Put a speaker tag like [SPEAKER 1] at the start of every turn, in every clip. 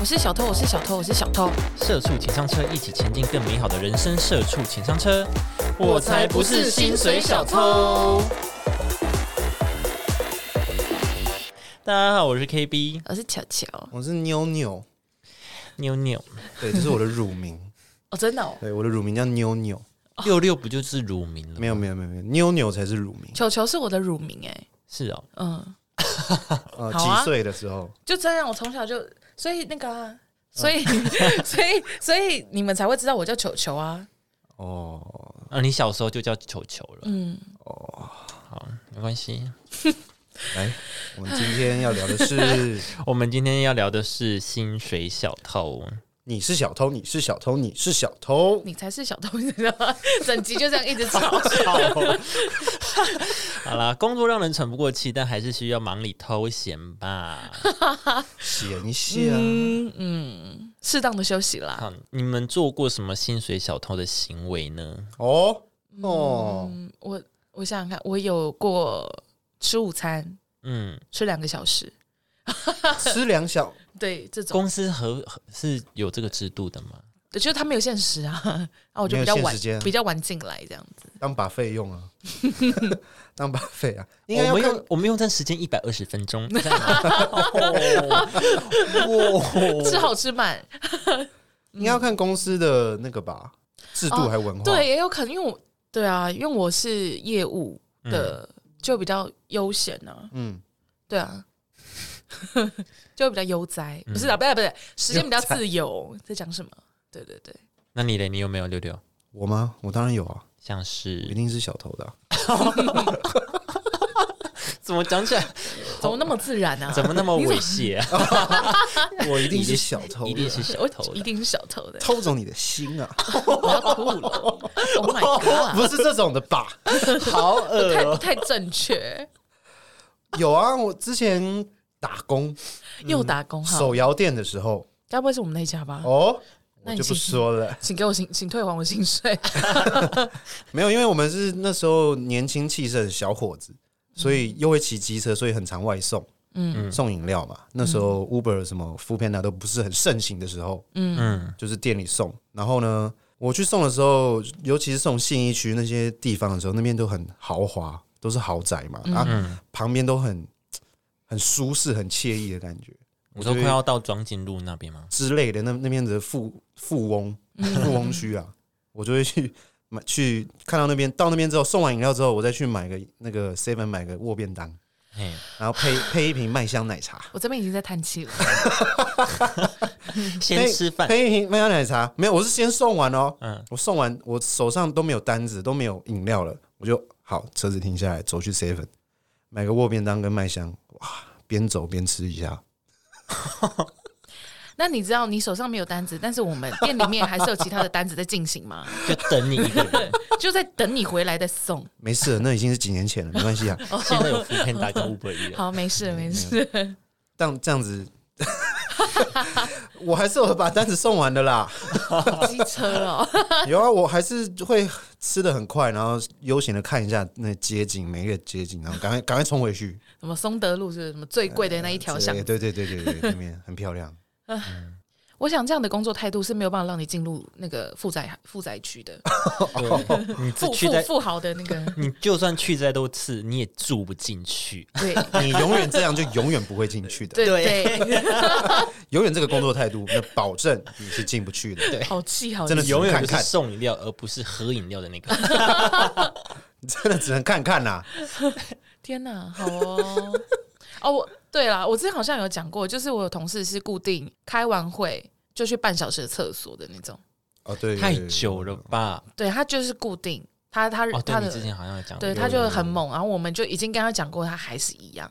[SPEAKER 1] 我是小偷，我是小偷，我是小偷。
[SPEAKER 2] 社畜请上车，一起前进更美好的人生。社畜请上车，
[SPEAKER 3] 我才不是薪水小偷。
[SPEAKER 2] 大家好，我是 KB
[SPEAKER 1] 我是巧巧。
[SPEAKER 3] 我是妞妞，
[SPEAKER 2] 妞妞。
[SPEAKER 3] 对，这是我的乳名，
[SPEAKER 1] 哦，真的哦。
[SPEAKER 3] 对，我的乳名叫妞妞，
[SPEAKER 2] 六六不就是乳名了吗？
[SPEAKER 3] 没有没有没有没有，妞妞才是乳名。
[SPEAKER 1] 巧巧是我的乳名哎、
[SPEAKER 2] 是哦，
[SPEAKER 1] 嗯，
[SPEAKER 3] 呃，
[SPEAKER 1] 好啊
[SPEAKER 3] 几岁的时候，
[SPEAKER 1] 就真的我从小就，所以那个啊，所以、 所以所以你们才会知道我叫球球啊。
[SPEAKER 3] 哦，
[SPEAKER 2] 啊，你小时候就叫球球了。
[SPEAKER 1] 嗯，
[SPEAKER 2] 好，没关系。
[SPEAKER 3] 来，我们今天要聊的 是，
[SPEAKER 2] 我们今天要聊的是薪水小偷。
[SPEAKER 3] 你是小偷，你是小偷，你是小偷，
[SPEAKER 1] 你才是小偷，你知道 吗？整集就这样一直吵。
[SPEAKER 2] 好啦，工作让人喘不过气，但还是需要忙里偷闲吧。
[SPEAKER 3] 闲一下，
[SPEAKER 1] 嗯嗯，适当的休息啦。
[SPEAKER 2] 好，你们做过什么薪水小偷的行为呢？
[SPEAKER 3] 哦哦，
[SPEAKER 1] 嗯，我我想想看，我有过吃午餐
[SPEAKER 2] 嗯，
[SPEAKER 1] 吃两个小时，
[SPEAKER 3] 吃 两小，
[SPEAKER 1] 对这种，
[SPEAKER 2] 公司和和是有这个制度的吗？
[SPEAKER 1] 就是他没有限时啊， 然后我就
[SPEAKER 3] 没
[SPEAKER 1] 比较
[SPEAKER 3] 有限
[SPEAKER 1] 晚
[SPEAKER 3] 时间
[SPEAKER 1] 比较晚进来这样子。
[SPEAKER 3] 当把费用 啊，当把费啊，应
[SPEAKER 1] 哦
[SPEAKER 2] 我
[SPEAKER 3] 该要
[SPEAKER 2] 们
[SPEAKER 3] 看
[SPEAKER 2] 用我们用餐时间一百二十分钟，这样吗哦
[SPEAKER 1] 吃好吃满，
[SPEAKER 3] 应该要看公司的那个吧，制度
[SPEAKER 1] 哦
[SPEAKER 3] 还有文化，
[SPEAKER 1] 对，也有可能，因为我对啊，因为我是业务
[SPEAKER 2] 嗯
[SPEAKER 1] 的，就比较悠闲啊，
[SPEAKER 3] 嗯，
[SPEAKER 1] 对啊， 就比较悠哉，不是啊，不是不是，时间比较自由，在讲什么？对对对，
[SPEAKER 2] 那你嘞？你有没有六六？
[SPEAKER 3] 我吗？我当然有啊，
[SPEAKER 2] 像
[SPEAKER 3] 我一
[SPEAKER 2] 是
[SPEAKER 3] 定是小偷的 啊，
[SPEAKER 2] 怎么讲起来，
[SPEAKER 1] 怎么那么自然啊？
[SPEAKER 2] 怎么那么猥亵啊？
[SPEAKER 3] 我一定是小偷的啊，
[SPEAKER 2] 一定是 小
[SPEAKER 1] 我
[SPEAKER 2] 偷
[SPEAKER 1] 一
[SPEAKER 2] 的。
[SPEAKER 1] 定是小偷 的，
[SPEAKER 3] 偷走你的心啊！
[SPEAKER 1] 我要吐了！Oh my
[SPEAKER 3] 不
[SPEAKER 1] god！
[SPEAKER 3] 是这种的吧？
[SPEAKER 2] 好恶
[SPEAKER 1] 太
[SPEAKER 2] 哦
[SPEAKER 1] 不太正确，
[SPEAKER 3] 有啊，我之前打工
[SPEAKER 1] 又打工哈，
[SPEAKER 3] 手摇店的时候，
[SPEAKER 1] 该不会是我们那一家吧？
[SPEAKER 3] 哦，
[SPEAKER 1] 嗯那
[SPEAKER 3] 我
[SPEAKER 1] 你
[SPEAKER 3] 就不
[SPEAKER 1] 请
[SPEAKER 3] 说 了。
[SPEAKER 1] 请给我薪，请退还我薪水。
[SPEAKER 3] 没有，因为我们是那时候年轻气盛的小伙子，所以又会骑机车，所以很常外送，
[SPEAKER 1] 嗯
[SPEAKER 3] 嗯，送饮料嘛。那时候 Uber 什么 f o o p a n d a 都不是很盛行的时候，
[SPEAKER 2] 嗯，
[SPEAKER 3] 就是店里送。然后呢，我去送的时候，尤其是送信义区那些地方的时候，那边都很豪华，都是豪宅嘛，啊，旁边都很很舒适、很惬意的感觉。
[SPEAKER 2] 我都快要到庄敬路那边吗？
[SPEAKER 3] 之类的，那那边的富富翁 富翁区啊，我就会去买去看到那边，到那边之后送完饮料之后，我再去买个那个 seven 买个握便当，
[SPEAKER 2] 嘿，
[SPEAKER 3] 然后配配一瓶麦香奶茶，
[SPEAKER 1] 我这边已经在叹气了。
[SPEAKER 2] 先吃饭。
[SPEAKER 3] 配一瓶麦香奶茶。没有，我是先送完哦，
[SPEAKER 2] 嗯，
[SPEAKER 3] 我送完我手上都没有单子，都没有饮料了，我就好车子停下来，走去 seven 买个握便当跟麦香，哇，边走边吃一下。
[SPEAKER 1] 那你知道你手上没有单子，但是我们店里面还是有其他的单子在进行吗？
[SPEAKER 2] 就等你一个人。
[SPEAKER 1] 就在等你回来再 送。
[SPEAKER 3] 没事了，那已经是几年前了，没关系啊。
[SPEAKER 2] 现在有 f o o p a n d a 跟 Uber Eats 了
[SPEAKER 1] 好，没事没 事。
[SPEAKER 3] 这样这样子， 我还是有把单子送完的啦。
[SPEAKER 1] 机车哦，
[SPEAKER 3] 有啊，我还是会吃的很快，然后悠闲的看一下那街景，每一个街景，然后赶快赶快冲回去。
[SPEAKER 1] 什么松德路是不是什么最贵的那一条巷
[SPEAKER 3] 对？对对对对对，那边很漂亮。
[SPEAKER 1] 我想这样的工作态度是没有办法让你进入那个负 债负债区的，
[SPEAKER 2] 你自
[SPEAKER 1] 富
[SPEAKER 2] 去
[SPEAKER 1] 富
[SPEAKER 2] 在，
[SPEAKER 1] 富豪的那 个。
[SPEAKER 2] 你就算去再多次，你也住不进去。
[SPEAKER 1] 对
[SPEAKER 3] 你永远这样就永远不会进去的，
[SPEAKER 1] 对
[SPEAKER 2] 对
[SPEAKER 1] 对，
[SPEAKER 3] 永远这个工作态度，那保证你是进不去的。
[SPEAKER 1] 好气好气
[SPEAKER 3] 真的。
[SPEAKER 2] 永远
[SPEAKER 3] 看
[SPEAKER 2] 就是
[SPEAKER 3] 看
[SPEAKER 2] 送饮料，而不是喝饮料的那个。
[SPEAKER 3] 真的只能看看啦、
[SPEAKER 1] 天哪，好哦。哦，我对啦，我之前好像有讲过，就是我有同事是固定开完会就去半小时的厕所的那种，
[SPEAKER 3] 哦，对，
[SPEAKER 2] 太久了吧？
[SPEAKER 1] 对他就是固定，他他、
[SPEAKER 2] 哦，对
[SPEAKER 1] 他
[SPEAKER 2] 你
[SPEAKER 1] 的
[SPEAKER 2] 之前好像有讲过，
[SPEAKER 1] 对，他就很猛，然后我们就已经跟他讲过，他还是一样。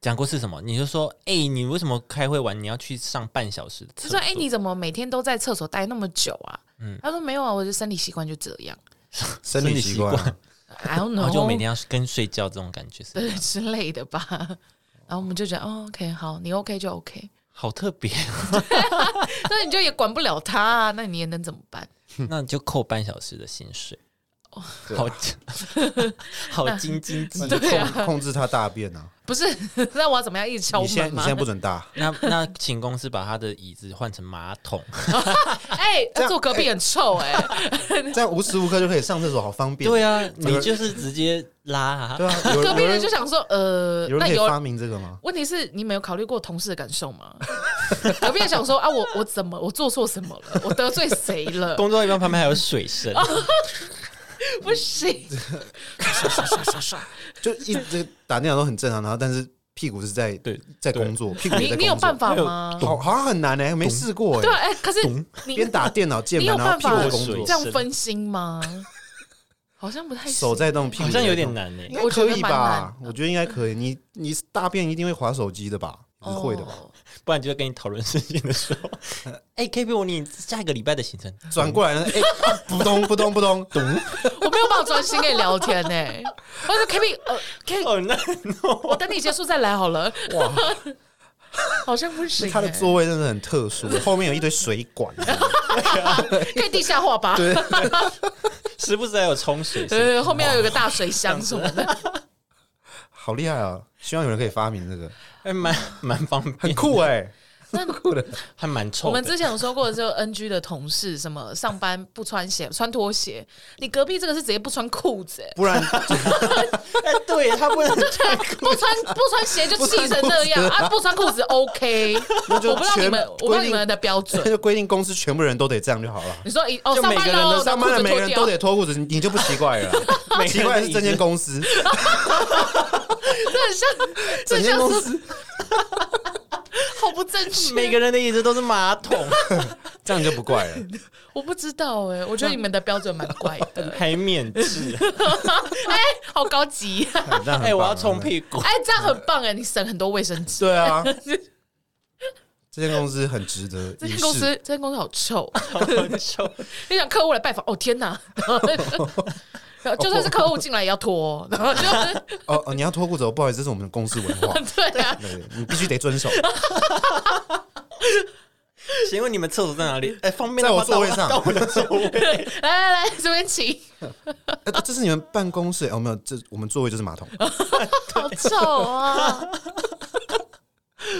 [SPEAKER 2] 讲过是什么？你就说，哎、你为什么开会完你要去上半小时的
[SPEAKER 1] 他
[SPEAKER 2] 厕
[SPEAKER 1] 说
[SPEAKER 2] 所？：“
[SPEAKER 1] 哎、你怎么每天都在厕所待那么久啊？”
[SPEAKER 3] 嗯
[SPEAKER 1] 他说：“没有啊，我的生理习惯就这样。
[SPEAKER 3] 生理习惯
[SPEAKER 2] 生理习
[SPEAKER 3] 啊。
[SPEAKER 1] I don't
[SPEAKER 2] 然
[SPEAKER 1] know，
[SPEAKER 2] 后就每天要跟睡觉这种感觉是，
[SPEAKER 1] 哦 对之类的吧。”然后我们就觉得、哦、，OK，好，你 OK 就 OK，
[SPEAKER 2] 好特别。
[SPEAKER 1] 那你就也管不了他、啊，那你也能怎么办？
[SPEAKER 2] 那你就扣半小时的薪水。
[SPEAKER 3] 对
[SPEAKER 2] 好 好斤斤计
[SPEAKER 3] 那就
[SPEAKER 1] 对啊
[SPEAKER 3] 控控制他大便 啊！
[SPEAKER 1] 不是，那我要怎么样一直敲
[SPEAKER 3] 你现在
[SPEAKER 1] 门
[SPEAKER 3] 你
[SPEAKER 1] 吗
[SPEAKER 3] 现？在不准大，
[SPEAKER 2] 那那请公司把他的椅子换成马桶，
[SPEAKER 1] 哎，
[SPEAKER 3] 这样
[SPEAKER 1] 坐隔壁很臭哎，
[SPEAKER 3] 这样无时无刻就可以上厕所，好方便。
[SPEAKER 2] 对啊，
[SPEAKER 3] 有人
[SPEAKER 2] 你就是直接拉啊，
[SPEAKER 3] 对 啊，有
[SPEAKER 1] 隔壁
[SPEAKER 3] 有
[SPEAKER 1] 人
[SPEAKER 3] 人
[SPEAKER 1] 就想说，呃，
[SPEAKER 3] 有人
[SPEAKER 1] 那
[SPEAKER 3] 可以
[SPEAKER 1] 有
[SPEAKER 3] 发明这个吗？
[SPEAKER 1] 问题是你没有考虑过同事的感受吗？ 隔壁人想说啊，我我怎么我做错什么了？我得罪谁 了？
[SPEAKER 2] 工作到一半旁边还有水声，
[SPEAKER 1] 不行，刷刷刷刷刷！
[SPEAKER 3] 就一直打电脑都很正常，然后但是屁股是在
[SPEAKER 2] 对
[SPEAKER 3] 在工作，屁股也
[SPEAKER 1] 你
[SPEAKER 3] 在
[SPEAKER 1] 你有
[SPEAKER 3] 工作
[SPEAKER 1] 办法吗？
[SPEAKER 3] 好好像很难哎，没试过
[SPEAKER 1] 对啊，
[SPEAKER 3] 哎，
[SPEAKER 1] 哎、可是
[SPEAKER 2] 咚
[SPEAKER 1] 你
[SPEAKER 3] 边打电脑键
[SPEAKER 1] 你
[SPEAKER 3] 盘，
[SPEAKER 1] 有
[SPEAKER 3] 然
[SPEAKER 1] 办
[SPEAKER 3] 后屁
[SPEAKER 1] 法
[SPEAKER 3] 股在工
[SPEAKER 2] 水
[SPEAKER 3] 作
[SPEAKER 1] 这，样分心吗？ 好像不太行
[SPEAKER 3] 手在动，屁股
[SPEAKER 2] 好
[SPEAKER 3] 也在
[SPEAKER 2] 像
[SPEAKER 3] 动
[SPEAKER 2] 有点，难欸诶
[SPEAKER 3] 应。该
[SPEAKER 1] 我觉
[SPEAKER 3] 可
[SPEAKER 1] 得
[SPEAKER 3] 以
[SPEAKER 1] 蛮
[SPEAKER 3] 吧？
[SPEAKER 1] 难
[SPEAKER 3] 我觉得应该可以，你你大便一定会划手机的吧？你是会的吧？
[SPEAKER 1] 哦
[SPEAKER 2] 不然就跟你讨论事情的时候，哎，可以给我你下一个礼拜的行程，
[SPEAKER 3] 转 过来呢，哎，啊扑通扑通扑通，咚，
[SPEAKER 1] 我没有办法专心跟你聊天呢、我说 k b 呃 k
[SPEAKER 2] 哦，那
[SPEAKER 1] 我等你结束再来好了。
[SPEAKER 3] 哇！
[SPEAKER 1] 好像不行、欸，
[SPEAKER 3] 他的座位真的很特殊，后面有一堆水管，
[SPEAKER 1] 可以地下化吧？
[SPEAKER 3] 对，
[SPEAKER 2] 时不时还有冲水声，
[SPEAKER 1] 呃，后面要有个大水箱什么的，
[SPEAKER 3] 好厉害啊！希望有人可以发明这 个，
[SPEAKER 2] 还哎蛮蛮方便，
[SPEAKER 3] 很酷哎、
[SPEAKER 1] 那
[SPEAKER 3] 酷的。
[SPEAKER 2] 还蛮臭的。
[SPEAKER 1] 我们之前有说过，就 NG 的同事，什么上班不穿鞋，穿拖鞋。你隔壁这个是直接不穿裤子、欸，
[SPEAKER 3] 不然
[SPEAKER 2] 哎，对他不能穿
[SPEAKER 1] 不穿不穿鞋就气成这样
[SPEAKER 3] 不穿裤子
[SPEAKER 1] 啊！不穿裤子 OK，我
[SPEAKER 3] 那
[SPEAKER 1] 不知
[SPEAKER 3] 就
[SPEAKER 1] 道你
[SPEAKER 3] 全
[SPEAKER 1] 们，我不知道你们的标
[SPEAKER 3] 那
[SPEAKER 1] 准。
[SPEAKER 3] 就规定公司全部人都得这样就好了。
[SPEAKER 1] 你说一哦，
[SPEAKER 2] 就
[SPEAKER 1] 上
[SPEAKER 2] 每个
[SPEAKER 1] 班
[SPEAKER 2] 人都
[SPEAKER 1] 喽，
[SPEAKER 3] 上班
[SPEAKER 1] 把裤
[SPEAKER 3] 了，
[SPEAKER 1] 子
[SPEAKER 3] 每
[SPEAKER 1] 脱
[SPEAKER 3] 个人
[SPEAKER 1] 掉
[SPEAKER 3] 都得脱裤子，你你就不奇怪 了。
[SPEAKER 2] 每
[SPEAKER 3] 奇
[SPEAKER 2] 个人的
[SPEAKER 3] 怪的是
[SPEAKER 2] 椅
[SPEAKER 3] 这
[SPEAKER 2] 子
[SPEAKER 3] 间公司，
[SPEAKER 1] 这很像，这
[SPEAKER 3] 整
[SPEAKER 1] 很
[SPEAKER 3] 间公
[SPEAKER 1] 像是
[SPEAKER 3] 司
[SPEAKER 1] 好不正 确。
[SPEAKER 2] 每个人的椅子都是马桶，
[SPEAKER 3] 这样就不怪了。
[SPEAKER 1] 我不知道哎、我觉得你们的标准蛮怪 的，
[SPEAKER 2] 还免 治。
[SPEAKER 1] 哎、好高级，
[SPEAKER 3] 这样很棒啊
[SPEAKER 2] 哎，我要冲。屁股。
[SPEAKER 1] 哎、这样很棒哎、你省很多卫生纸。
[SPEAKER 3] 对啊，这间公司很值得
[SPEAKER 1] 这
[SPEAKER 3] 一
[SPEAKER 1] 间公司，
[SPEAKER 3] 试。
[SPEAKER 1] 这间公司好臭。
[SPEAKER 2] 很臭，
[SPEAKER 1] 你想客户来拜访，哦天 哪！然后就算是客户进来也要脱，然后就
[SPEAKER 3] 哦哦，你要脱裤子，不好意思，这是我们的公司文化，
[SPEAKER 1] 对啊，
[SPEAKER 3] 对你必须得遵守。
[SPEAKER 2] 请问你们厕所在哪里？哎、方便
[SPEAKER 3] 在
[SPEAKER 2] 的
[SPEAKER 3] 我
[SPEAKER 2] 话
[SPEAKER 3] 座位上
[SPEAKER 2] 到我的座位。
[SPEAKER 1] 来来来，这边请，
[SPEAKER 3] 哎这是你们办公室哦，没有，这我们座位就是马桶，
[SPEAKER 1] 好臭啊！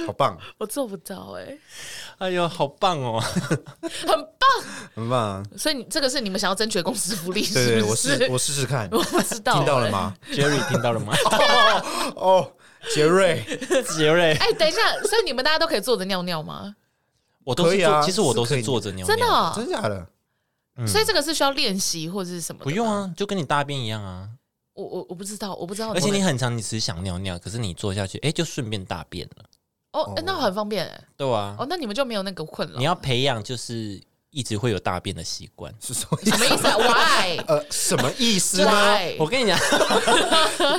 [SPEAKER 3] 好棒，
[SPEAKER 1] 我做不到哎、
[SPEAKER 2] 哎呦，好棒哦！
[SPEAKER 1] 很棒。
[SPEAKER 3] 很棒啊。
[SPEAKER 1] 所以你这个是你们想要争取的公司福利，是
[SPEAKER 3] 对对，
[SPEAKER 1] 不
[SPEAKER 3] 我
[SPEAKER 1] 是？
[SPEAKER 3] 试我试试看，
[SPEAKER 1] 我不知道、
[SPEAKER 3] 听到了？吗？
[SPEAKER 2] Jerry 听到了吗？
[SPEAKER 3] 哦，杰瑞，
[SPEAKER 2] 杰瑞，
[SPEAKER 1] 哎、等一下，所以你们大家都可以坐着尿尿吗？
[SPEAKER 2] 我都是
[SPEAKER 3] 可以
[SPEAKER 2] 坐，
[SPEAKER 3] 啊
[SPEAKER 2] 其实我都
[SPEAKER 3] 是可
[SPEAKER 2] 是
[SPEAKER 3] 以
[SPEAKER 2] 坐着尿尿，
[SPEAKER 1] 真的、哦
[SPEAKER 3] 真假的？
[SPEAKER 1] 所以这个是需要练习或者是什么？
[SPEAKER 2] 不用，啊，就跟你大便一样啊。
[SPEAKER 1] 我我我不知道，我不知道。
[SPEAKER 2] 而且你很常，你只是想尿尿，可是你坐下去，哎、就顺便大便了，
[SPEAKER 1] 哦、哎那很方便哎、
[SPEAKER 2] 对啊。
[SPEAKER 1] 哦，那你们就没有那个困扰。
[SPEAKER 2] 你要培养就是一直会有大便的习惯。
[SPEAKER 3] 是什么意
[SPEAKER 1] 什么
[SPEAKER 3] 思？
[SPEAKER 1] 意思啊？Why？
[SPEAKER 3] 呃，什么意思 呢？
[SPEAKER 1] Why？
[SPEAKER 2] 我 跟你讲，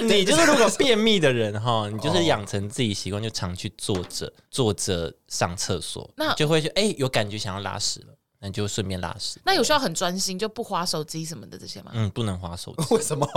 [SPEAKER 2] 你就是如果便秘的人哈，你就是养成自己习惯，就常去坐着坐着上厕所，
[SPEAKER 1] 那
[SPEAKER 2] 就会就哎、有感觉想要拉屎了，那你就顺便拉屎。
[SPEAKER 1] 那有需要很专心，就不划手机什么的这些吗？
[SPEAKER 2] 嗯，不能划
[SPEAKER 1] 哦
[SPEAKER 2] 手机。
[SPEAKER 3] 为什么？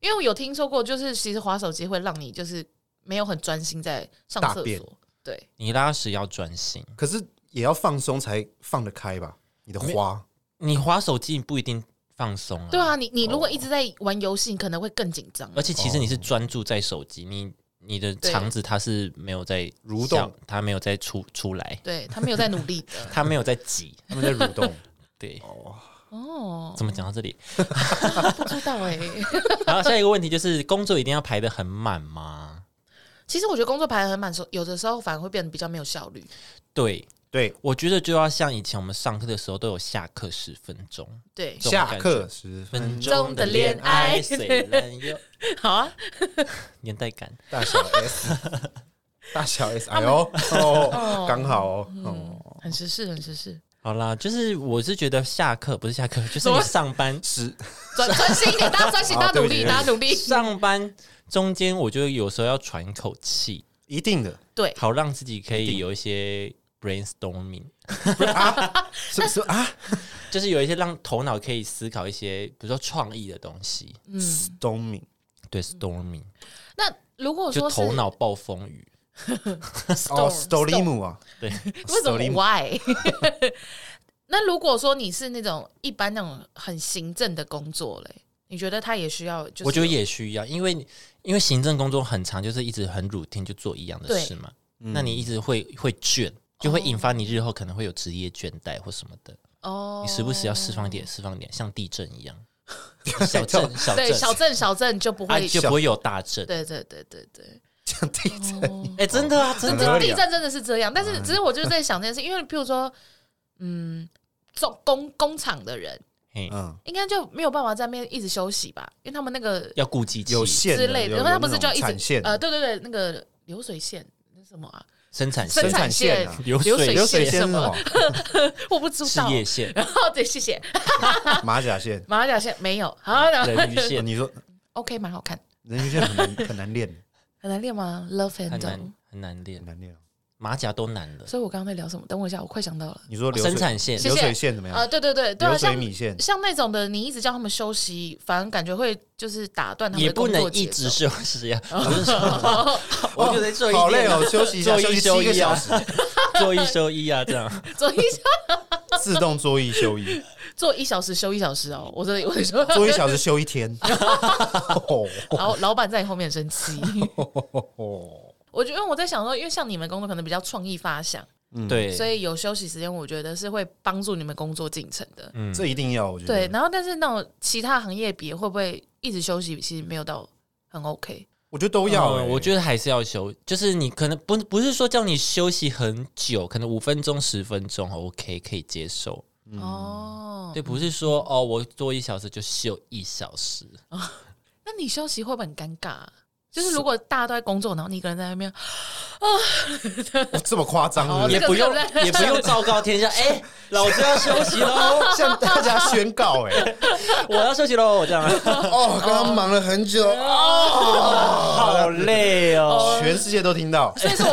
[SPEAKER 1] 因为我有听说过，就是其实划手机会让你就是没有很专心在上
[SPEAKER 3] 大
[SPEAKER 1] 厕
[SPEAKER 3] 便
[SPEAKER 1] 所。对，
[SPEAKER 2] 你拉屎要专心，
[SPEAKER 3] 可是也要放松才放得开吧？你的花
[SPEAKER 2] 你划手机不一定放松啊。
[SPEAKER 1] 对啊，你你如果一直在玩游戏，你可能会更紧张。
[SPEAKER 2] 而且其实你是专注在手机，你你的肠子它是没有在
[SPEAKER 3] 蠕动
[SPEAKER 2] 笑，它没有在出出来，
[SPEAKER 1] 对他没有在努力的
[SPEAKER 2] 它没有在挤。
[SPEAKER 3] 他们在蠕动，
[SPEAKER 2] 对，
[SPEAKER 1] 哦，
[SPEAKER 2] 怎么讲到这里？
[SPEAKER 1] 不知道哎、
[SPEAKER 2] 然后下一个问题就是，工作一定要排的很满吗？
[SPEAKER 1] 其实我觉得工作排得很满，时有的时候反而会变得比较没有效率。
[SPEAKER 2] 对，
[SPEAKER 3] 对，
[SPEAKER 2] 我觉得就要像以前我们上课的时候都有下课十分钟，
[SPEAKER 1] 对，
[SPEAKER 2] 这种
[SPEAKER 3] 下
[SPEAKER 2] 感觉嗯
[SPEAKER 3] 课时分
[SPEAKER 2] 分
[SPEAKER 1] 钟
[SPEAKER 2] 钟
[SPEAKER 1] 的
[SPEAKER 2] 的
[SPEAKER 1] 恋
[SPEAKER 2] 恋
[SPEAKER 1] 爱
[SPEAKER 2] 爱，虽然有
[SPEAKER 1] 好啊，
[SPEAKER 2] 年代感。
[SPEAKER 3] 大小 S，大小 S，哎呦，哦，刚好哦，哦，
[SPEAKER 1] 很时事，很时事，
[SPEAKER 2] 好啦，就是我是觉得下课不是下课，就
[SPEAKER 1] 什
[SPEAKER 2] 是
[SPEAKER 1] 么
[SPEAKER 2] 你上班
[SPEAKER 3] 是
[SPEAKER 1] 专专心一点，大家专心，
[SPEAKER 3] 好
[SPEAKER 1] 大家努
[SPEAKER 3] 对
[SPEAKER 1] 力，
[SPEAKER 3] 不起
[SPEAKER 1] 大家努力。
[SPEAKER 2] 上班中间，我觉得有时候要喘口气，
[SPEAKER 3] 一定的，
[SPEAKER 1] 对，
[SPEAKER 2] 好让自己可以有一些 brainstorming，
[SPEAKER 3] 是不是啊？
[SPEAKER 2] 就是有一些让头脑可以思考一些，比如说创意的东西。
[SPEAKER 3] 东敏
[SPEAKER 2] 对，storming
[SPEAKER 1] 嗯那如果
[SPEAKER 2] 就
[SPEAKER 1] 说是
[SPEAKER 2] 头脑暴风雨，
[SPEAKER 3] 哦
[SPEAKER 1] Storm，
[SPEAKER 3] s t o l i m 啊，
[SPEAKER 2] 对，
[SPEAKER 1] 为什么
[SPEAKER 3] Stolim
[SPEAKER 1] why？那如果说你是那种一般那种很行政的工作嘞，你你觉得他也需要？就是、
[SPEAKER 2] 我觉得也需要，因为因为行政工作很长，就是一直很 routine 就做一样的事嘛，那你一直会会倦，就会引发你日后可能会有职业倦怠或什么的。
[SPEAKER 1] 哦，
[SPEAKER 2] 你时不时要释放 一点，释放一点，像地震一样，小震小
[SPEAKER 1] 对
[SPEAKER 2] 震，
[SPEAKER 1] 小镇小镇就不
[SPEAKER 2] 啊
[SPEAKER 1] 会，
[SPEAKER 2] 就不会有大震。
[SPEAKER 1] 对对对对对。
[SPEAKER 3] 像地震，
[SPEAKER 2] 哎，真的啊，真
[SPEAKER 1] 真
[SPEAKER 2] 的啊
[SPEAKER 1] 的，地震真的是哦这样，但
[SPEAKER 3] 嗯
[SPEAKER 1] 是只是我就是在想这件事，因为譬如说，嗯，做工工厂的人
[SPEAKER 2] 嘿，
[SPEAKER 3] 嗯，
[SPEAKER 1] 应该就没有办法在那边一直休息吧，因为他们那个
[SPEAKER 2] 要顾及
[SPEAKER 3] 有线
[SPEAKER 1] 之类的，
[SPEAKER 3] 有
[SPEAKER 1] 因为他不是就要
[SPEAKER 3] 有
[SPEAKER 1] 一
[SPEAKER 3] 那种产
[SPEAKER 1] 直
[SPEAKER 3] 线
[SPEAKER 1] 呃，对对对，那个流水线那什么啊，
[SPEAKER 2] 生产
[SPEAKER 1] 生
[SPEAKER 2] 线、
[SPEAKER 1] 产
[SPEAKER 3] 产
[SPEAKER 1] 线
[SPEAKER 3] 线啊
[SPEAKER 2] 流
[SPEAKER 1] 流
[SPEAKER 2] 水
[SPEAKER 1] 水
[SPEAKER 3] 流水线
[SPEAKER 1] 线
[SPEAKER 3] 是什
[SPEAKER 1] 什么
[SPEAKER 3] 么？
[SPEAKER 1] 我不知
[SPEAKER 2] 事
[SPEAKER 1] 道。
[SPEAKER 2] 业线、
[SPEAKER 1] 然后对，谢谢。
[SPEAKER 3] 马甲线，
[SPEAKER 1] 马甲线没有，好，然后
[SPEAKER 2] 人鱼线，
[SPEAKER 3] 你说
[SPEAKER 1] OK，蛮好看，
[SPEAKER 3] 人鱼线很难很难练，
[SPEAKER 1] 很难练吗？Love
[SPEAKER 2] 很
[SPEAKER 1] and
[SPEAKER 2] 难
[SPEAKER 1] Dong。
[SPEAKER 2] 很难练
[SPEAKER 3] 很，难练哦。
[SPEAKER 2] 马甲都难了。
[SPEAKER 1] 所以我刚刚在聊什么？等我一下，我快想到了。
[SPEAKER 3] 你说流水
[SPEAKER 2] 生产线
[SPEAKER 1] 谢谢
[SPEAKER 3] 流水线怎么样
[SPEAKER 1] 啊，？对对对，对啊，
[SPEAKER 3] 流水
[SPEAKER 1] 像
[SPEAKER 3] 米线
[SPEAKER 1] 像那种的，你一直叫他们休息，反而感觉会就是打断他们
[SPEAKER 2] 也
[SPEAKER 1] 的
[SPEAKER 2] 不
[SPEAKER 1] 工
[SPEAKER 2] 能
[SPEAKER 1] 作
[SPEAKER 2] 一
[SPEAKER 1] 节
[SPEAKER 2] 直
[SPEAKER 1] 奏。
[SPEAKER 2] 是是呀，我是说，我就在做一
[SPEAKER 3] 好累
[SPEAKER 2] 点啊
[SPEAKER 3] 哦，休息一下，
[SPEAKER 2] 做
[SPEAKER 3] 休
[SPEAKER 2] 一
[SPEAKER 3] 息
[SPEAKER 2] 休
[SPEAKER 3] 七个
[SPEAKER 2] 一
[SPEAKER 3] 小
[SPEAKER 2] 啊
[SPEAKER 3] 时，，
[SPEAKER 2] 做一休一啊，这样
[SPEAKER 1] 做一小
[SPEAKER 3] 自动做一休一，
[SPEAKER 1] 做一小时休一小时哦，我的我的说，
[SPEAKER 3] 做一小时休一天。 哦
[SPEAKER 1] 然后老板在你后面生气。
[SPEAKER 3] 哦，
[SPEAKER 1] 我觉得我在想说，因为像你们工作可能比较创意发想，
[SPEAKER 2] 对，
[SPEAKER 1] 所以有休息时间，我觉得是会帮助你们工作进程的。
[SPEAKER 2] 嗯
[SPEAKER 3] 这一定要，我觉
[SPEAKER 1] 对，
[SPEAKER 3] 得。
[SPEAKER 1] 然后但是那种其他行业别会不会一直休息，其实没有到很 OK。
[SPEAKER 3] 我觉得都要欸，
[SPEAKER 2] 嗯我觉得还是要休，就是你可能不不是说叫你休息很久，可能五分钟、十分钟，OK 可以接受。
[SPEAKER 1] 哦，
[SPEAKER 2] 对，不是说哦，我做一小时就休一小时，
[SPEAKER 1] 那你休息会不会很尴尬啊、就是如果大家都在工作，然后你一个人在那边，
[SPEAKER 3] 哦这么夸张
[SPEAKER 1] 好
[SPEAKER 3] 是不
[SPEAKER 2] 也
[SPEAKER 1] 这个
[SPEAKER 3] 是，
[SPEAKER 2] 不用
[SPEAKER 1] 这个
[SPEAKER 2] 也 不用昭告天下，哎，老子要休息
[SPEAKER 1] 哦
[SPEAKER 2] 喽，
[SPEAKER 3] 哦向大家宣告哎，
[SPEAKER 2] 我要休息喽，这 样
[SPEAKER 3] 哦，刚刚忙了很久哦，
[SPEAKER 2] 好累哦。
[SPEAKER 3] 全世界都听到，
[SPEAKER 1] 所以说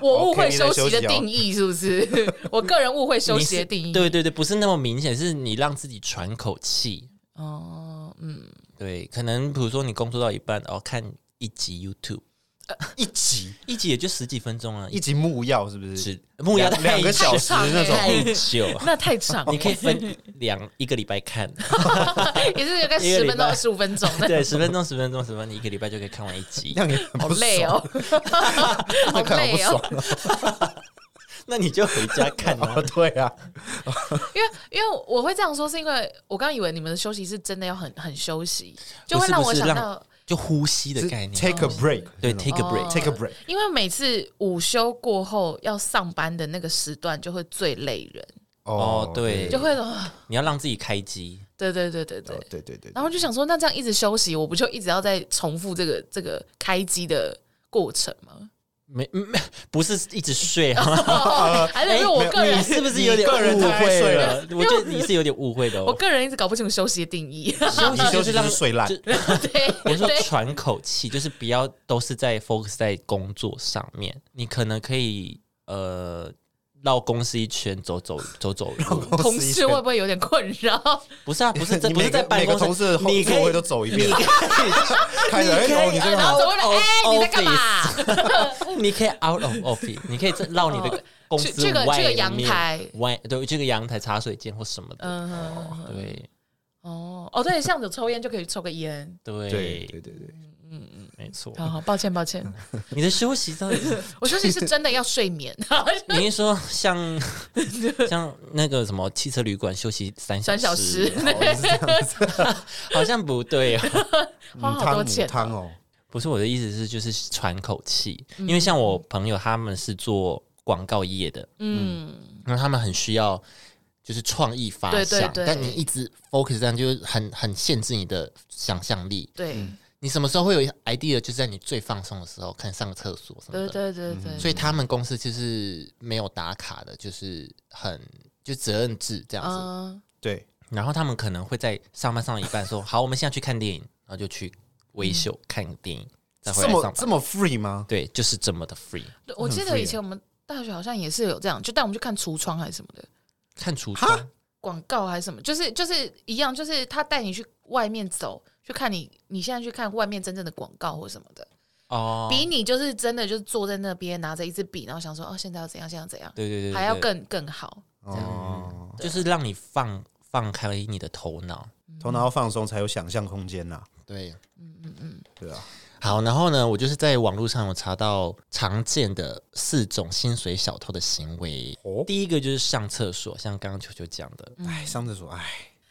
[SPEAKER 1] 我 我我误
[SPEAKER 3] OK，
[SPEAKER 1] 会
[SPEAKER 3] 你在
[SPEAKER 1] 休
[SPEAKER 3] 休息
[SPEAKER 1] 息的
[SPEAKER 3] 哦
[SPEAKER 1] 定义是不是？ 我个人误会休
[SPEAKER 2] 你
[SPEAKER 1] 息
[SPEAKER 2] 是
[SPEAKER 1] 的定义。
[SPEAKER 2] 对对对，不是那么明显，是你让自己喘口气。
[SPEAKER 1] 哦，嗯，
[SPEAKER 2] 对，可能比如说你工作到一半，哦，看一集 YouTube，
[SPEAKER 3] 一集
[SPEAKER 2] 一集也就十几分钟啊，
[SPEAKER 3] 一
[SPEAKER 2] 一
[SPEAKER 3] 集木曜是不是？
[SPEAKER 2] 集木曜
[SPEAKER 3] 两两个小时那种，
[SPEAKER 2] 太久，
[SPEAKER 1] 那太长了，
[SPEAKER 2] 你可以分两一个礼拜看，
[SPEAKER 1] 也是大概
[SPEAKER 2] 一个
[SPEAKER 1] 十
[SPEAKER 2] 礼
[SPEAKER 1] 分钟、
[SPEAKER 2] 拜
[SPEAKER 1] 二十五分钟 的，
[SPEAKER 2] 对，十分钟、十分钟、十分钟，你一个礼拜就可以看完一集
[SPEAKER 3] 那。样也很
[SPEAKER 1] 好
[SPEAKER 3] 不
[SPEAKER 1] 累 哦
[SPEAKER 3] 爽，，
[SPEAKER 1] 好
[SPEAKER 3] 那看好不
[SPEAKER 1] 累哦。
[SPEAKER 3] 爽
[SPEAKER 2] 那你就回家看啊
[SPEAKER 3] 啊！。对啊，
[SPEAKER 1] 因为因为我会这样说，是因为我刚以为你们的休息是真的要很很休息，就
[SPEAKER 2] 不
[SPEAKER 1] 会
[SPEAKER 2] 是
[SPEAKER 1] 让
[SPEAKER 2] 不
[SPEAKER 1] 我
[SPEAKER 2] 是
[SPEAKER 1] 想
[SPEAKER 2] 让
[SPEAKER 1] 到，
[SPEAKER 2] 就呼吸的
[SPEAKER 3] 是
[SPEAKER 2] 概念，啊
[SPEAKER 3] take a break，
[SPEAKER 2] 对
[SPEAKER 3] 那种
[SPEAKER 2] ，take a
[SPEAKER 1] 哦
[SPEAKER 2] break，
[SPEAKER 3] take a break，
[SPEAKER 1] 因为每次午休过后要上班的那个时段就会最累人，
[SPEAKER 2] 哦对
[SPEAKER 1] 就会啊
[SPEAKER 2] 你要让自己开机。
[SPEAKER 1] 对对对对对
[SPEAKER 3] 哦。对对对，
[SPEAKER 1] 然后就想说，那这样一直休息，我不就一直要在重复这个这个开机的过程 吗？
[SPEAKER 2] 没没，不是一直睡 啊！哎
[SPEAKER 1] 还是因为我个
[SPEAKER 2] 你
[SPEAKER 1] 人，
[SPEAKER 2] 是不是有点
[SPEAKER 3] 你个人
[SPEAKER 2] 误
[SPEAKER 3] 太爱
[SPEAKER 2] 会
[SPEAKER 3] 睡
[SPEAKER 2] 了？我觉得你是有点误会的
[SPEAKER 1] 我
[SPEAKER 2] 哦。
[SPEAKER 1] 个人一直搞不清楚休息的定义。
[SPEAKER 2] 休
[SPEAKER 3] 你休息就是
[SPEAKER 2] 让
[SPEAKER 3] 睡烂
[SPEAKER 2] 就
[SPEAKER 1] 对，
[SPEAKER 2] 我说
[SPEAKER 1] 对，
[SPEAKER 2] 喘口气，就是不要都是在 focus 在工作上面，你可能可以呃绕公司一圈走走走走路，
[SPEAKER 1] 同 事会不会有点困 扰？
[SPEAKER 2] 不是啊，不是在
[SPEAKER 3] 你
[SPEAKER 2] 不
[SPEAKER 3] 每
[SPEAKER 2] 是
[SPEAKER 3] 个
[SPEAKER 2] 在办
[SPEAKER 3] 每个
[SPEAKER 2] 公
[SPEAKER 3] 同
[SPEAKER 2] 室
[SPEAKER 3] 事，后
[SPEAKER 2] 你可
[SPEAKER 3] 座位
[SPEAKER 2] 以
[SPEAKER 3] 都走一遍
[SPEAKER 2] 你，
[SPEAKER 3] 开始哎
[SPEAKER 2] 你可以啊
[SPEAKER 3] 哦，你真的
[SPEAKER 1] 然
[SPEAKER 3] 好
[SPEAKER 1] 后，走过来，
[SPEAKER 2] Out of
[SPEAKER 1] 哎，你在干嘛？
[SPEAKER 2] 你可以 out of office，你可以在绕你的公司
[SPEAKER 1] 去哦这个
[SPEAKER 2] 外
[SPEAKER 1] 这个
[SPEAKER 2] 面
[SPEAKER 1] 阳台
[SPEAKER 2] 外对这个阳台茶水间或什么的，
[SPEAKER 1] 嗯哼，
[SPEAKER 2] 对
[SPEAKER 1] 哦哦，对，像有抽烟就可以抽个烟。
[SPEAKER 2] 对
[SPEAKER 3] 对对对对，
[SPEAKER 2] 没错。
[SPEAKER 1] 好好，抱歉抱
[SPEAKER 2] 嗯
[SPEAKER 1] 歉，
[SPEAKER 2] 你的休息 到底是？
[SPEAKER 1] 我休息是真的要睡眠，
[SPEAKER 2] 你是说像像那个什么汽车旅馆休息三
[SPEAKER 1] 三小时，
[SPEAKER 2] 哦 好像不对哦。
[SPEAKER 1] 花
[SPEAKER 3] 母
[SPEAKER 1] 好
[SPEAKER 3] 汤
[SPEAKER 1] 多
[SPEAKER 3] 母
[SPEAKER 1] 钱
[SPEAKER 3] 汤哦，
[SPEAKER 2] 不是我的意思是，就是喘口气，
[SPEAKER 1] 嗯
[SPEAKER 2] 因为像我朋友他们是做广告业的，
[SPEAKER 1] 嗯，
[SPEAKER 2] 那他们很需要就是创意发
[SPEAKER 1] 对对
[SPEAKER 2] 想，
[SPEAKER 1] 对
[SPEAKER 2] 但你一直 focus 这样，就是很很限制你的想象力。
[SPEAKER 1] 对
[SPEAKER 2] 你什么时候会有 idea？就是在你最放松的时候，可能上个厕所什么的。嗯
[SPEAKER 1] 对对对对，
[SPEAKER 2] 所以他们公司就是没有打卡的，就是很就责任制这样子。
[SPEAKER 1] 嗯，
[SPEAKER 3] 对，
[SPEAKER 2] 然后他们可能会在上班上到一半说：“好，我们现在去看电影。”然后就去
[SPEAKER 1] 嗯
[SPEAKER 2] 维修、看电影，再回
[SPEAKER 3] 这
[SPEAKER 2] 来上
[SPEAKER 3] 么
[SPEAKER 2] 班。
[SPEAKER 3] 这么 free 吗？
[SPEAKER 2] 对，就是这么的 free。
[SPEAKER 1] 对我记
[SPEAKER 3] 很
[SPEAKER 1] 得
[SPEAKER 3] free
[SPEAKER 1] 以前我们大学好像也是有这样，就带我们去看橱窗还是什么的
[SPEAKER 2] 看橱窗，
[SPEAKER 1] 广告还是什么，就是就是一样，就是他带你去外面走，去看你你现在去看外面真正的广告或什么的，
[SPEAKER 2] 哦，
[SPEAKER 1] 比你就是真的就是坐在那边拿着一支笔，然后想说哦现在要怎样现在要怎样，
[SPEAKER 2] 对对对对，
[SPEAKER 1] 还要
[SPEAKER 2] 对
[SPEAKER 1] 更更好。
[SPEAKER 3] 哦，
[SPEAKER 2] 就是让你放放开你的头脑。
[SPEAKER 3] 头脑要放松才有想象空间呐。
[SPEAKER 2] 对，
[SPEAKER 3] 对啊，
[SPEAKER 2] 好，然后呢，我就是在网络上有查到常见的四种薪水小偷的行为。
[SPEAKER 3] 哦
[SPEAKER 2] 第一个就是上厕所，像刚刚球球讲的，
[SPEAKER 1] 嗯
[SPEAKER 3] 哎，上厕所，哎，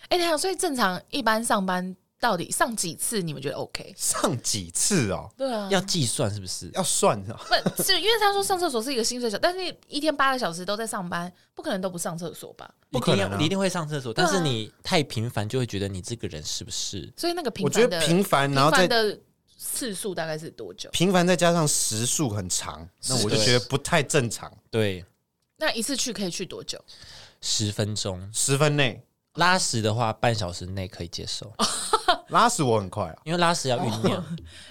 [SPEAKER 1] 哎、等一下，所以正常一般上班到底上几次你们觉得 OK？
[SPEAKER 3] 上几次哦，
[SPEAKER 1] 对啊，
[SPEAKER 2] 要计算是不是？
[SPEAKER 3] 要算啊，
[SPEAKER 1] 不是因为他说上厕所是一个薪水小，但是一天八个小时都在上班，不可能都不上厕所吧？
[SPEAKER 3] 不可能啊
[SPEAKER 2] 你一定会上厕所，
[SPEAKER 1] 对啊
[SPEAKER 2] 但是你太频繁就会觉得你这个人是不是？
[SPEAKER 1] 所以那个频
[SPEAKER 3] 我觉
[SPEAKER 1] 繁
[SPEAKER 3] 得
[SPEAKER 1] 的
[SPEAKER 3] 频繁，然后
[SPEAKER 1] 频繁
[SPEAKER 3] 再
[SPEAKER 1] 的次数大概是多久？
[SPEAKER 3] 频繁再加上时速很长，那我就觉得不太正常。
[SPEAKER 2] 对，
[SPEAKER 1] 那一次去可以去多久？
[SPEAKER 2] 十分钟
[SPEAKER 3] 十分内
[SPEAKER 2] 拉屎的话，半小时内可以接受，
[SPEAKER 1] 哦
[SPEAKER 3] 拉屎我很快啊，
[SPEAKER 2] 因为拉屎要酝酿。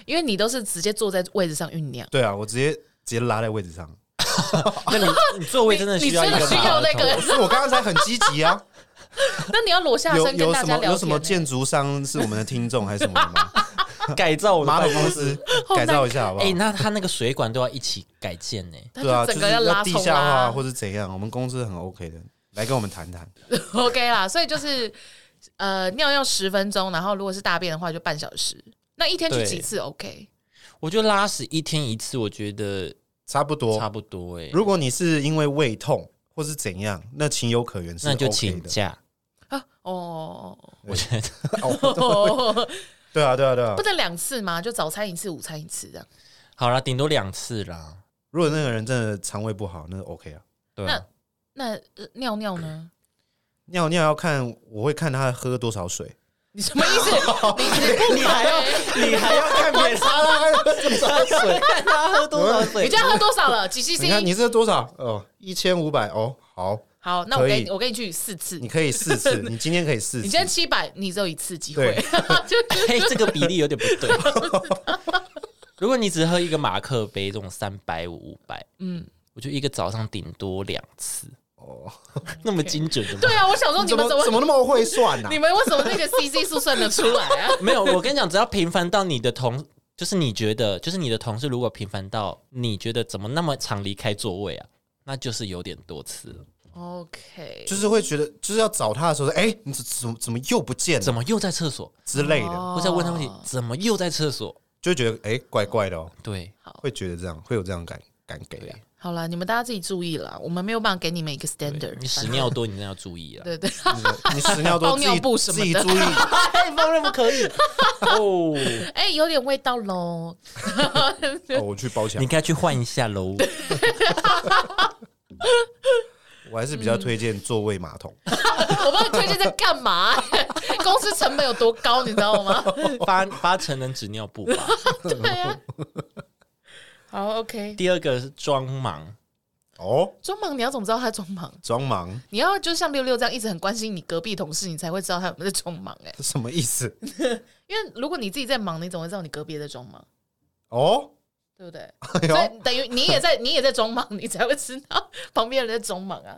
[SPEAKER 1] 因为你都是直接坐在位置上酝酿，
[SPEAKER 3] 对啊，我直接直接拉在位置 上，
[SPEAKER 2] 那 你你座位真的
[SPEAKER 1] 哦你
[SPEAKER 2] 需要一
[SPEAKER 1] 真
[SPEAKER 2] 个
[SPEAKER 1] 的需要
[SPEAKER 2] 马
[SPEAKER 1] 那
[SPEAKER 2] 桶
[SPEAKER 1] 个，
[SPEAKER 3] 所以我刚刚才很积极啊。
[SPEAKER 1] 那你要裸下身
[SPEAKER 3] 有
[SPEAKER 1] 跟
[SPEAKER 3] 有
[SPEAKER 1] 大
[SPEAKER 3] 什
[SPEAKER 1] 家
[SPEAKER 3] 么
[SPEAKER 1] 聊
[SPEAKER 3] 有什么
[SPEAKER 1] 天欸
[SPEAKER 3] 建啊
[SPEAKER 1] 呢
[SPEAKER 3] 筑商是我们的听众还是什么的 吗？
[SPEAKER 2] 改造我的
[SPEAKER 3] 马
[SPEAKER 2] 办
[SPEAKER 3] 桶
[SPEAKER 2] 公
[SPEAKER 3] 公
[SPEAKER 2] 室。
[SPEAKER 3] 司改造一下好不好
[SPEAKER 2] 哎、？那他那个水管都要一起改建呢、
[SPEAKER 1] 他
[SPEAKER 3] 对啊，
[SPEAKER 1] 就
[SPEAKER 3] 就是
[SPEAKER 1] 整个拉
[SPEAKER 3] 要地
[SPEAKER 1] 重
[SPEAKER 3] 下化
[SPEAKER 1] 拉
[SPEAKER 3] 或者怎样，我们公司很 OK 的，来跟我们谈谈。
[SPEAKER 1] ，OK 啦。所以就是呃，尿要十分钟，然后如果是大便的话就半小时。那一天去
[SPEAKER 2] 对
[SPEAKER 1] 几次 OK？
[SPEAKER 2] 我觉得拉屎一天一次，我觉得
[SPEAKER 3] 差不多，
[SPEAKER 2] 差不多哎、
[SPEAKER 3] 如果你是因为胃痛或是怎样，那情有可原是
[SPEAKER 2] 那
[SPEAKER 3] OK
[SPEAKER 2] 就
[SPEAKER 3] 的。
[SPEAKER 2] 请假。
[SPEAKER 1] 啊哦，
[SPEAKER 2] 我觉得
[SPEAKER 1] 哦
[SPEAKER 3] 对啊，对啊，对啊
[SPEAKER 1] 不。能两次吗？就早餐一次，午餐一次这样。
[SPEAKER 2] 好啦，顶多两次啦。
[SPEAKER 3] 如果那个人真的肠胃不好，那 OK 啊。
[SPEAKER 2] 对啊、
[SPEAKER 1] 那那、呃尿尿呢？
[SPEAKER 3] 尿尿要看，我会看他喝多少水。
[SPEAKER 1] 你什么意 思？你你不哦
[SPEAKER 2] 还要你还要看别人
[SPEAKER 3] 他啦，喝多少水？
[SPEAKER 2] 看他喝多少
[SPEAKER 1] 你
[SPEAKER 2] 水
[SPEAKER 1] 这？样喝多少了？几
[SPEAKER 3] 你看
[SPEAKER 1] CC？
[SPEAKER 3] 你这多少？哦，一千五百哦，好，
[SPEAKER 1] 好，那我
[SPEAKER 3] 可
[SPEAKER 1] 给
[SPEAKER 3] 以
[SPEAKER 1] 你，我给你去四次。
[SPEAKER 3] 你
[SPEAKER 1] 你
[SPEAKER 3] 可以四次，你今天可以四次。
[SPEAKER 1] 今天七百，你只有一次机会
[SPEAKER 3] 对。
[SPEAKER 1] 就是
[SPEAKER 2] 嘿，这个比例有点不对。 如果你只喝一个马克杯，这种三百五、五百，
[SPEAKER 1] 嗯，
[SPEAKER 2] 我就一个早上顶多两次，
[SPEAKER 3] 哦，
[SPEAKER 2] 那么精准的吗？
[SPEAKER 1] 对啊，我想说你
[SPEAKER 3] 你怎
[SPEAKER 1] 们
[SPEAKER 3] 么
[SPEAKER 1] 怎么
[SPEAKER 3] 怎么那么会算啊呢
[SPEAKER 1] 你？们为什么那个 CC 数算得出来啊？
[SPEAKER 2] 没有，我跟你讲，只要频繁到你的同，就是你觉得，就是你的同事，如果频繁到你觉得怎么那么常离开座位啊，那就是有点多次了。
[SPEAKER 1] OK，
[SPEAKER 3] 就是会觉得，就是要找他的时候，哎，你怎怎么怎么又不见了
[SPEAKER 2] 怎么又在厕所？
[SPEAKER 3] 之类的，
[SPEAKER 1] 哦
[SPEAKER 2] 我在问他问题，怎么又在厕所？
[SPEAKER 3] 就会觉得哎，怪怪的哦，
[SPEAKER 2] 对，
[SPEAKER 3] 会觉得这样，会有这样感感给啊。
[SPEAKER 1] 好了，你们大家自己注意了，我们没有办法给你们一个 standard。
[SPEAKER 2] 你屎尿多，你真的要注意啊
[SPEAKER 1] 对
[SPEAKER 2] 了。
[SPEAKER 1] 对，
[SPEAKER 3] 你屎尿都
[SPEAKER 1] 包
[SPEAKER 3] 自
[SPEAKER 1] 尿
[SPEAKER 3] 己
[SPEAKER 1] 布什
[SPEAKER 3] 自
[SPEAKER 1] 么
[SPEAKER 3] 己
[SPEAKER 1] 的
[SPEAKER 3] 注意，
[SPEAKER 2] 太啊放任不可以 哦，
[SPEAKER 1] 哎、有点味道喽。
[SPEAKER 3] 哦，我去包起
[SPEAKER 2] 你应
[SPEAKER 3] 来。
[SPEAKER 2] 该去换一下 喽。
[SPEAKER 3] 我还是比较推荐座位马桶，
[SPEAKER 1] 我帮你推荐在干嘛、公司成本有多高，你知道吗？
[SPEAKER 2] 八八成人纸尿布吧。
[SPEAKER 1] 对呀、好，OK。
[SPEAKER 2] 第二个是装忙，
[SPEAKER 3] 哦，
[SPEAKER 1] 装忙，你要怎么知道他装忙？
[SPEAKER 3] 装忙
[SPEAKER 1] 你要就像六六这样一直很关心你隔壁同事，你才会知道他有没有在装忙、哎，
[SPEAKER 3] 什么意思？
[SPEAKER 1] 因为如果你自己在忙，你怎么会知道你隔壁也在装忙？
[SPEAKER 3] 哦，
[SPEAKER 1] 对不对？
[SPEAKER 3] 哎
[SPEAKER 1] 所
[SPEAKER 3] 呦，
[SPEAKER 1] 以等于你也在， 你也在装忙，你才会知道旁边人在装忙啊。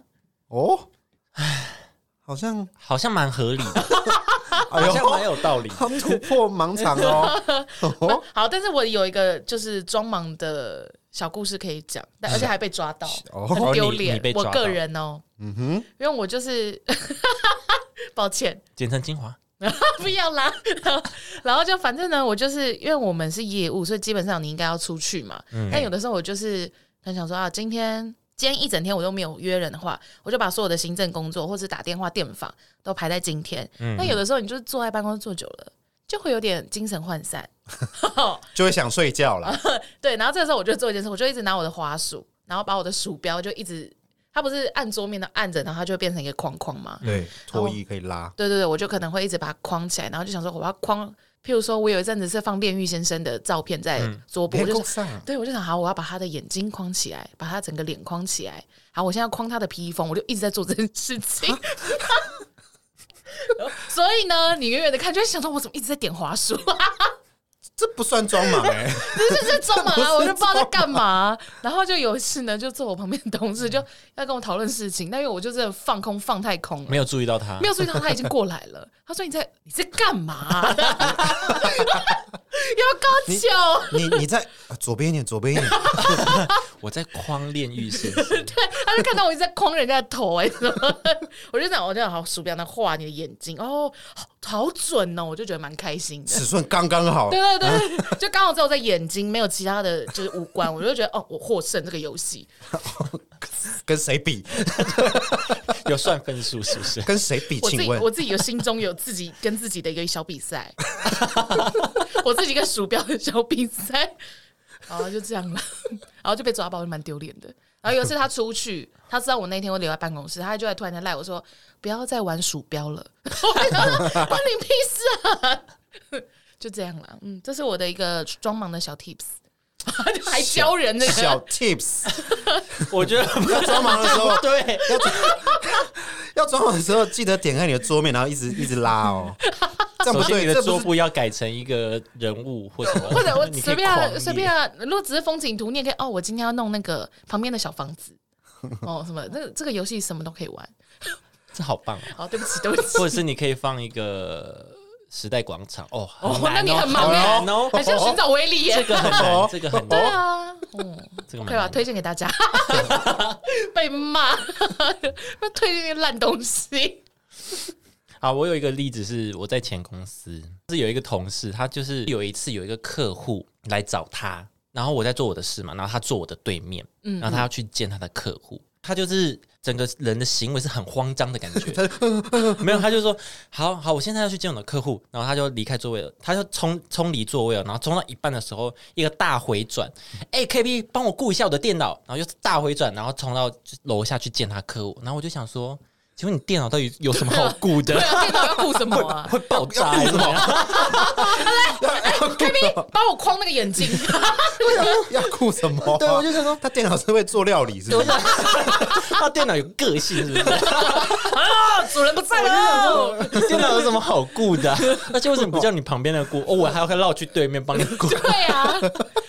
[SPEAKER 3] 哦，好像
[SPEAKER 2] 好像蛮合理的，
[SPEAKER 3] 哎
[SPEAKER 2] 好
[SPEAKER 3] 呦，
[SPEAKER 2] 像蛮有道理。
[SPEAKER 3] 好突破盲场哦，哦，
[SPEAKER 1] 好，但是我有一个就是装忙的小故事可以讲，但而且还被抓到，
[SPEAKER 3] 哦
[SPEAKER 1] 很丢
[SPEAKER 2] 你
[SPEAKER 1] 脸
[SPEAKER 2] 你被。抓
[SPEAKER 1] 我
[SPEAKER 2] 到
[SPEAKER 1] 个人哦，
[SPEAKER 3] 嗯哼，
[SPEAKER 1] 因为我就是， 抱歉，
[SPEAKER 2] 简称精华，
[SPEAKER 1] 不要啦。然后然后就反正呢，我就是因为我们是业务，所以基本上你应该要出去嘛。但有的时候我就是很想说啊，今天。今天一整天我都没有约人的话，我就把所有的行政工作或是打电话电访都排在今天。那有的时候你就是坐在办公室坐久了，就会有点精神涣散。
[SPEAKER 3] 就会想睡觉了，
[SPEAKER 1] 对，然后这个时候我就做一件事，我就一直拿我的滑鼠，然后把我的鼠标就一直，它不是按桌面的按着，然后它就会变成一个框框嘛。
[SPEAKER 3] 对，脱衣可以拉，
[SPEAKER 1] 对对对，我就可能会一直把它框起来，然后就想说我要框，譬如说我有一阵子是放炼狱先生的照片在桌布，
[SPEAKER 3] 别
[SPEAKER 1] 我就
[SPEAKER 3] 够
[SPEAKER 1] 想
[SPEAKER 3] 上，啊
[SPEAKER 1] 对我就想好，我要把他的眼睛框起来，把他整个脸框起来。好，我现在要框他的披风，我就一直在做这件事情。所以呢，你远远的看就会想说，我怎么一直在点滑鼠？
[SPEAKER 3] 这不算装忙哎，
[SPEAKER 1] 这是中嘛
[SPEAKER 3] 不是，
[SPEAKER 1] 我就不知道在干嘛。然后就有一次呢，就坐我旁边的同事就要跟我讨论事情，但因为我就真的放空放太空了
[SPEAKER 2] 没。有注意到他
[SPEAKER 1] 没。有注意到他已经过来了，他说：“你在你在干嘛、有高
[SPEAKER 3] 你你在啊左边一点，左边一点，
[SPEAKER 2] 我在框炼狱 现实，
[SPEAKER 1] 球，他就看到我一直在框人家的头、哎，怎么我就讲，我就讲好鼠标，那画你的眼睛，哦，好好准哦，我就觉得蛮开心的。
[SPEAKER 3] 尺寸刚刚好。
[SPEAKER 1] 对对对，对 就刚好只有在眼睛，没有其他的就是五官，我就觉得哦，我获胜这个游戏。
[SPEAKER 3] 跟谁比？
[SPEAKER 2] 有算分数是不是？
[SPEAKER 3] 跟谁比？
[SPEAKER 1] 我自
[SPEAKER 3] 请
[SPEAKER 1] 己
[SPEAKER 3] 问
[SPEAKER 1] 我自己有心中有自己跟自己的一个小比赛， 我自己跟鼠标的小比赛， 然后就这样了，然后就被抓包，就蛮丢脸的。然后有一次他出去，他知道我那天会留在办公室，他就来突然间赖我说不要再玩鼠标了， 我就说关你屁事啊！ 就这样了，嗯，这是我的一个装忙的小 tips，还教人那个
[SPEAKER 3] 小 tips，
[SPEAKER 2] 我 觉得，
[SPEAKER 3] 要装忙的时候
[SPEAKER 2] 对，
[SPEAKER 3] 要装要装忙的时候，记得点开你的桌面，然后一直一直拉哦。这
[SPEAKER 2] 首
[SPEAKER 3] 样不
[SPEAKER 2] 先
[SPEAKER 3] 对，
[SPEAKER 2] 你
[SPEAKER 3] 这
[SPEAKER 2] 的
[SPEAKER 3] 不
[SPEAKER 2] 桌
[SPEAKER 3] 是
[SPEAKER 2] 布要改成一个人物或什么，
[SPEAKER 1] 或者 我
[SPEAKER 2] 你可以
[SPEAKER 1] 随便
[SPEAKER 2] 狂
[SPEAKER 1] 啊
[SPEAKER 2] 列
[SPEAKER 1] 随便啊，如果只是风景图，你也可以哦。我今天要弄那个旁边的小房子， 哦，什么？那这个游戏什么都可以玩。
[SPEAKER 2] 这好棒、啊，
[SPEAKER 1] 好，对不起，对不起，
[SPEAKER 2] 或者是你可以放一个时代广场哦，好
[SPEAKER 1] 哦，那
[SPEAKER 2] 难
[SPEAKER 1] 你很忙
[SPEAKER 2] 好
[SPEAKER 1] 哎、
[SPEAKER 2] 难哦，
[SPEAKER 1] 很像寻找威 力耶、
[SPEAKER 2] 这个很难，这个很
[SPEAKER 1] 对
[SPEAKER 2] 难，
[SPEAKER 1] 啊，嗯，
[SPEAKER 2] 这个
[SPEAKER 1] 可以
[SPEAKER 2] 蛮
[SPEAKER 1] 吧？
[SPEAKER 2] 难的。
[SPEAKER 1] 推荐给大 家，被骂， 那推荐那些烂东 西。
[SPEAKER 2] 好，我有一个例子是我在前公司是有一个同事，他就是有一次有一个客户来找他，然后我在做我的事嘛，然后他坐我的对面，然后他要去见他的客户，他就是整个人的行为是很慌张的感觉，没有，他就说好好，我现在要去见我的客户，然后他就离开座位了，他就冲冲离座位了，然后冲到一半的时候，一个大回转，哎、k p 帮我顾一下我的电脑，然后又是大回转，然后冲到楼下去见他客户，然后我就想说，请问你电脑到底有什么好顾的
[SPEAKER 1] 对？啊，电脑要顾什么啊？
[SPEAKER 2] 会爆炸还是什么？
[SPEAKER 1] 帮我框那个眼镜，
[SPEAKER 3] 要哭什么啊？
[SPEAKER 2] 对我就想说
[SPEAKER 3] 他电脑是会做料理，是不是？
[SPEAKER 2] 他电脑有个性是不是？
[SPEAKER 1] 啊， 主人不在
[SPEAKER 2] 啊
[SPEAKER 1] 了。
[SPEAKER 2] 你电脑有什么好顾的啊、 而且为什么不叫你旁边的顾？哦，我还要绕去对面帮你 顾。
[SPEAKER 1] 对啊，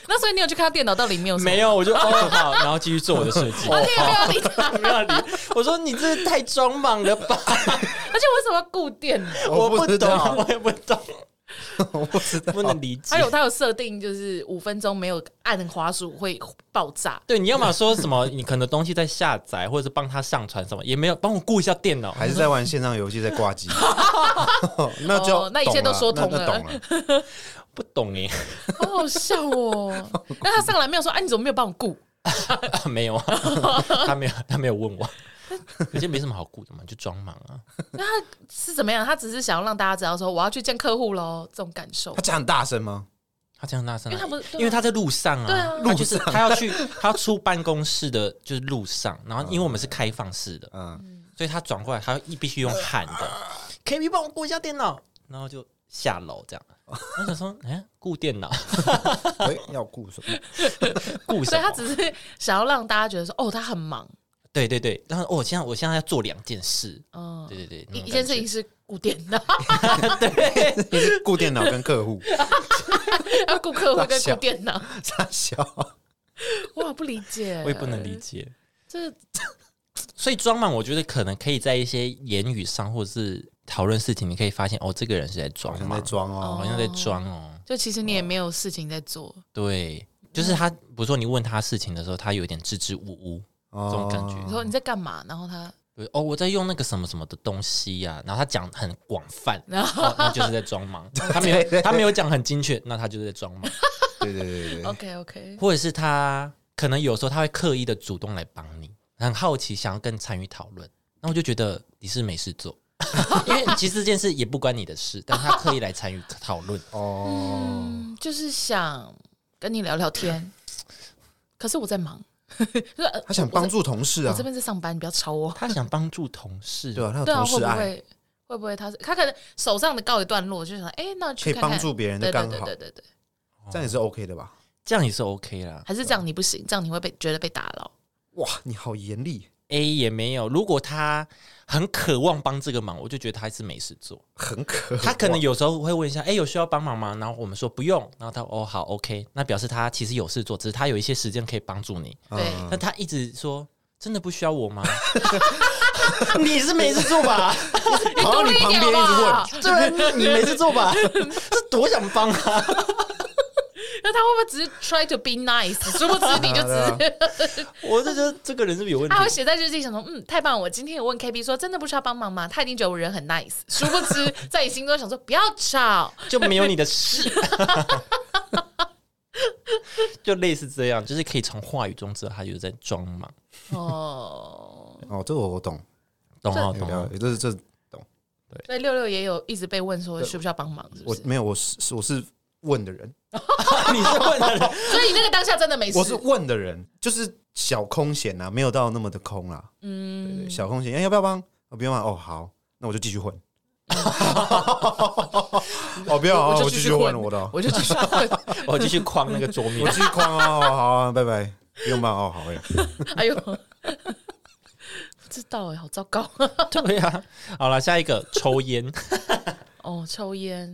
[SPEAKER 1] 那所以你有去看他电脑到底没有什么？
[SPEAKER 2] 没有，我就哦好，然后继续做我的设计。哦
[SPEAKER 1] 而且也没有理他，
[SPEAKER 2] 没有理，我说你这太装莽了吧？
[SPEAKER 1] 而且为什么要固电呢？
[SPEAKER 2] 我
[SPEAKER 3] 我不知
[SPEAKER 2] 懂
[SPEAKER 3] 道，
[SPEAKER 2] 我也不懂，
[SPEAKER 3] 我不知道
[SPEAKER 2] 不能理解
[SPEAKER 1] 还。有它有设定，就是五分钟没有按滑鼠会爆 炸。
[SPEAKER 2] 对，你要么说什么，你可能东西在下载，或者是帮他上传什么，也没有帮我顾一下电脑。
[SPEAKER 3] 还是在玩线上游戏，在 挂机。那就
[SPEAKER 1] 哦那一切都说通
[SPEAKER 3] 懂了，那那
[SPEAKER 1] 了
[SPEAKER 3] 懂了。
[SPEAKER 2] 不懂哎，
[SPEAKER 1] 好好笑 哦！那他上来没有说，哎、你怎么没有帮我顾？
[SPEAKER 2] 没 有啊，他没有，他没有问我。 可是没什么好顾的嘛，就装忙啊。
[SPEAKER 1] 那他是怎么样？他只是想要让大家知道说我要去见客户喽，这种感受
[SPEAKER 3] 他。讲很大声吗？
[SPEAKER 2] 他这样大声啊，
[SPEAKER 1] 因为他不是对啊
[SPEAKER 2] 因为他在路上啊，
[SPEAKER 1] 对啊
[SPEAKER 2] 他就是他要去， 他要出办公室的，就是路上，然后因为我们是开放式的，
[SPEAKER 3] 嗯，
[SPEAKER 2] 所以他转过来，他必须用喊的，K B 帮我顾一下电脑，然后就下楼 这样。我想说，哎、顾电脑，
[SPEAKER 3] 哎，要顾什么？
[SPEAKER 2] 顾
[SPEAKER 1] 所
[SPEAKER 2] 什
[SPEAKER 1] 以他
[SPEAKER 2] 么？
[SPEAKER 1] 只是想要让大家觉得说，哦，他很忙。
[SPEAKER 2] 对对对，然后哦，现在我现在要做两件事，
[SPEAKER 1] 嗯，
[SPEAKER 2] 对对对，那
[SPEAKER 1] 一
[SPEAKER 2] 种
[SPEAKER 1] 一件事
[SPEAKER 2] 感
[SPEAKER 1] 情
[SPEAKER 2] 觉，
[SPEAKER 1] 是顾电脑，
[SPEAKER 3] 你是顾电脑跟客户，
[SPEAKER 1] 要顾客户
[SPEAKER 3] 大
[SPEAKER 1] 跟
[SPEAKER 3] 笑
[SPEAKER 1] 顾电 脑。
[SPEAKER 3] 傻笑。
[SPEAKER 1] 哇，不理解，
[SPEAKER 2] 我也不能理解。
[SPEAKER 1] 这
[SPEAKER 2] 所以装忙，我觉得可能可以在一些言语上，或者是讨论事情，你可以发现哦，这个人是在
[SPEAKER 3] 好
[SPEAKER 2] 装
[SPEAKER 3] 像在
[SPEAKER 2] 忙，
[SPEAKER 3] 装哦，
[SPEAKER 2] 好像在装哦。
[SPEAKER 1] 就其实你也没有事情在做，
[SPEAKER 2] 对，就是他，比如说你问他事情的时候，他有一点支支吾吾，
[SPEAKER 1] 哦
[SPEAKER 3] 这
[SPEAKER 2] 种感觉
[SPEAKER 1] 你说你在干嘛？然后他，
[SPEAKER 2] 对，哦，我在用那个什么什么的东西呀、然后他讲很广泛
[SPEAKER 1] 然后
[SPEAKER 2] 哦，那就是在装 忙，他没有他没有讲很精确，那他就是在装忙，
[SPEAKER 3] 对对对对对，
[SPEAKER 1] OK OK，
[SPEAKER 2] 或者是他可能有时候他会刻意的主动来帮你，很好奇想要跟参与讨论，那我就觉得你是没事做。 因为其实这件事也不关你的事，但他刻意来参与讨论，
[SPEAKER 3] 哦，
[SPEAKER 1] 嗯，就是想跟你聊聊天，可是我在忙，就是呃
[SPEAKER 3] 他想帮助同事
[SPEAKER 1] 我
[SPEAKER 3] 啊
[SPEAKER 1] 这，边在上班，你不要吵我。
[SPEAKER 2] 他想帮助同事，
[SPEAKER 3] 对啊，他有
[SPEAKER 1] 对啊，
[SPEAKER 3] 同
[SPEAKER 1] 会
[SPEAKER 3] 事
[SPEAKER 1] 不
[SPEAKER 3] 爱，
[SPEAKER 1] 会会不会他是他可能手上的告一段落，就想哎、那
[SPEAKER 3] 可
[SPEAKER 1] 去
[SPEAKER 3] 以
[SPEAKER 1] 看看
[SPEAKER 3] 帮助别人的
[SPEAKER 1] 对对
[SPEAKER 3] 刚
[SPEAKER 1] 对
[SPEAKER 3] 好
[SPEAKER 1] 对，对对，
[SPEAKER 3] 这样也是 OK 的吧？
[SPEAKER 2] 这样也是 OK 啦。
[SPEAKER 1] 还是这样你不行，这样你会被觉得被打扰。
[SPEAKER 3] 哇，你好严厉，
[SPEAKER 2] A 也没有。如果他很渴望帮这个忙，我就觉得他是没事做。
[SPEAKER 3] 很可
[SPEAKER 2] 他可能有时候会问一下，哎、有需要帮忙吗？然后我们说不用，然后他哦好 OK，那表示他其实有事做，只是他有一些时间可以帮助你。
[SPEAKER 3] 嗯
[SPEAKER 1] 对
[SPEAKER 2] 但他一直说真的不需要我吗？ 你是没事做 吧？
[SPEAKER 3] 哦 跑到你旁边一直问，
[SPEAKER 1] 直
[SPEAKER 2] 对，你没事做吧？这多想帮啊！
[SPEAKER 1] 那他会不会只是 try to be nice？殊不知你就
[SPEAKER 3] 对啊
[SPEAKER 1] 只是
[SPEAKER 2] 我就觉得这个人是不是有问题
[SPEAKER 1] 他？会写在日记，想说嗯，太棒了！我今天有问 KB 说，真的不需要帮忙吗？他已经觉得我人很 nice，殊不知在你心中想说不要吵，
[SPEAKER 2] 就没有你的事， 就类似这样，就是可以从话语中知道他有在装忙，
[SPEAKER 1] 哦。
[SPEAKER 3] 哦，这个我懂，
[SPEAKER 2] 懂哦，
[SPEAKER 3] 有
[SPEAKER 2] 懂
[SPEAKER 3] 了
[SPEAKER 2] 哦。
[SPEAKER 3] 解，这是这
[SPEAKER 1] 所以六六也有一直被问说需不需要帮忙，是不
[SPEAKER 3] 我
[SPEAKER 1] 是？
[SPEAKER 3] 没有，我是是我是问的人，
[SPEAKER 2] 你是问的人，
[SPEAKER 1] 所以你那个当下真的没事，
[SPEAKER 3] 我是问的人，就是小空闲啊，没有到那么的空啦、对
[SPEAKER 1] 嗯
[SPEAKER 3] 对，小空闲，哎、要不要帮？我不用啊，哦，好，那我就继续混。 哦，不要啊，
[SPEAKER 1] 我
[SPEAKER 3] 我
[SPEAKER 1] 就
[SPEAKER 3] 继
[SPEAKER 1] 继
[SPEAKER 3] 续
[SPEAKER 1] 续
[SPEAKER 3] 混
[SPEAKER 1] 混
[SPEAKER 3] 我的哦，
[SPEAKER 1] 我就继续问，
[SPEAKER 2] 我继续框那个桌
[SPEAKER 3] 我
[SPEAKER 2] 面。
[SPEAKER 3] 继续框啊，哦好啊，拜拜，不用帮哦，好哎，
[SPEAKER 1] 哎呦，不知道哎、好糟糕
[SPEAKER 2] 对呀，好了，下一个抽烟，
[SPEAKER 1] 哦，抽烟。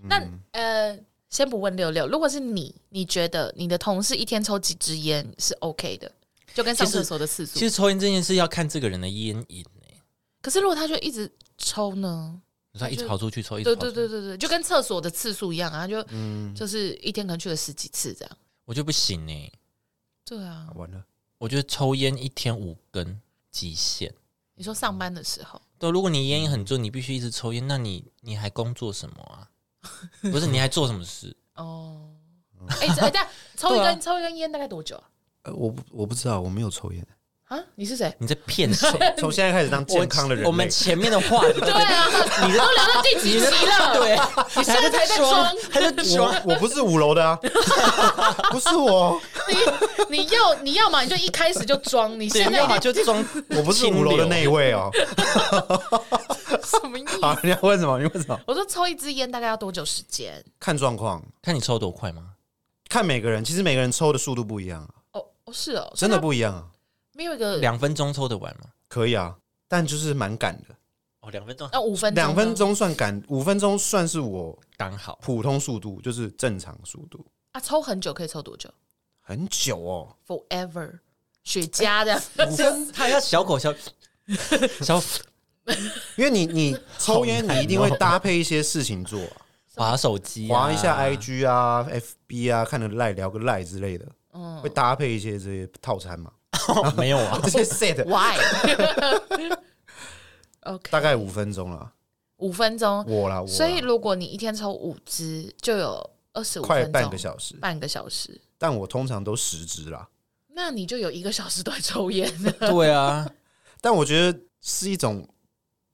[SPEAKER 2] 嗯
[SPEAKER 1] 那、呃，先不问六六，如果是你，你觉得你的同事一天抽几支烟是 OK 的，就跟上
[SPEAKER 2] 其实
[SPEAKER 1] 厕所的次数
[SPEAKER 2] 其。实抽烟这件事要看这个人的烟瘾欸
[SPEAKER 1] 可是如果他就一直抽呢？
[SPEAKER 2] 你说他一直
[SPEAKER 1] 就
[SPEAKER 2] 跑出去抽，一直
[SPEAKER 1] 对
[SPEAKER 2] 跑出
[SPEAKER 1] 对
[SPEAKER 2] 去
[SPEAKER 1] 对对对，就跟厕所的次数一样啊，他就、
[SPEAKER 2] 嗯
[SPEAKER 3] 嗯
[SPEAKER 1] 就是一天可能去了十几次这样。
[SPEAKER 2] 我就不行哎、
[SPEAKER 1] 对啊，
[SPEAKER 3] 完了，
[SPEAKER 2] 我觉得抽烟一天五根极限。
[SPEAKER 1] 你说上班的时候，
[SPEAKER 2] 对，如果你烟瘾很重，你必须一直抽烟，那你你还工作什么啊？不是，你还做什么事？
[SPEAKER 1] 哦，哎、这哎，这样 抽一
[SPEAKER 2] 对啊
[SPEAKER 1] 根、抽一根烟大概多久啊？
[SPEAKER 3] 呃我不我不知道，我没有抽烟，
[SPEAKER 1] 啊，你是 谁？
[SPEAKER 2] 你在骗谁？
[SPEAKER 3] 从现在开始当健康的人类，
[SPEAKER 2] 我们前面的话，
[SPEAKER 1] 对啊，
[SPEAKER 2] 你的
[SPEAKER 1] 都聊到第几集了？
[SPEAKER 2] 对，
[SPEAKER 1] 你现在才在装，
[SPEAKER 2] 还在装，
[SPEAKER 3] 我我不是五楼的啊，不是我，哦
[SPEAKER 1] 你你要你要嘛你就一开始就装，你
[SPEAKER 2] 对，
[SPEAKER 1] 现在
[SPEAKER 2] 要么就装，
[SPEAKER 3] 我不是五楼的那一位哦。
[SPEAKER 1] 什么意思？
[SPEAKER 3] 好，你要问什么？你问什么？
[SPEAKER 1] 我说抽一支烟大概要多久时间？
[SPEAKER 3] 看状况，
[SPEAKER 2] 看你抽多快吗？
[SPEAKER 3] 看每个人，其实每个人抽的速度不一样啊，
[SPEAKER 1] 哦哦是哦，
[SPEAKER 3] 真的不一样啊，
[SPEAKER 1] 没有一个
[SPEAKER 2] 两分钟抽得完吗？
[SPEAKER 3] 可以啊，但就是蛮赶的。
[SPEAKER 2] 哦，两分钟
[SPEAKER 1] 那五分钟呢
[SPEAKER 3] 两分钟算赶，五分钟算是我
[SPEAKER 2] 刚 好。
[SPEAKER 3] 普通速度，就是正常速度。
[SPEAKER 1] 啊，抽很久可以抽多久
[SPEAKER 3] 很久哦，
[SPEAKER 1] ？Forever 雪茄的，
[SPEAKER 3] 哎
[SPEAKER 2] 五分，他要小 口小小
[SPEAKER 3] 因为你 你抽烟，
[SPEAKER 2] 好难哦
[SPEAKER 3] 你一定会搭配一些事情做、啊，
[SPEAKER 2] 滑手机啊，
[SPEAKER 3] 划一下 IG 啊、FB 啊，看个赖聊个赖之类的，
[SPEAKER 1] 嗯
[SPEAKER 3] 会搭配一些这些套餐 嘛，
[SPEAKER 2] 没有啊？
[SPEAKER 3] 这些 set
[SPEAKER 1] ，Why？OK，
[SPEAKER 3] 大概五分钟啦，
[SPEAKER 1] 五分钟，
[SPEAKER 3] 我啦我啦，
[SPEAKER 1] 所以如果你一天抽五支，就有二十五
[SPEAKER 3] 快
[SPEAKER 1] 分钟，
[SPEAKER 3] 半个小时，
[SPEAKER 1] 半个小时，
[SPEAKER 3] 但我通常都十支啦，
[SPEAKER 1] 那你就有一个小时都在抽烟。
[SPEAKER 2] 对啊，
[SPEAKER 3] 但我觉得是一种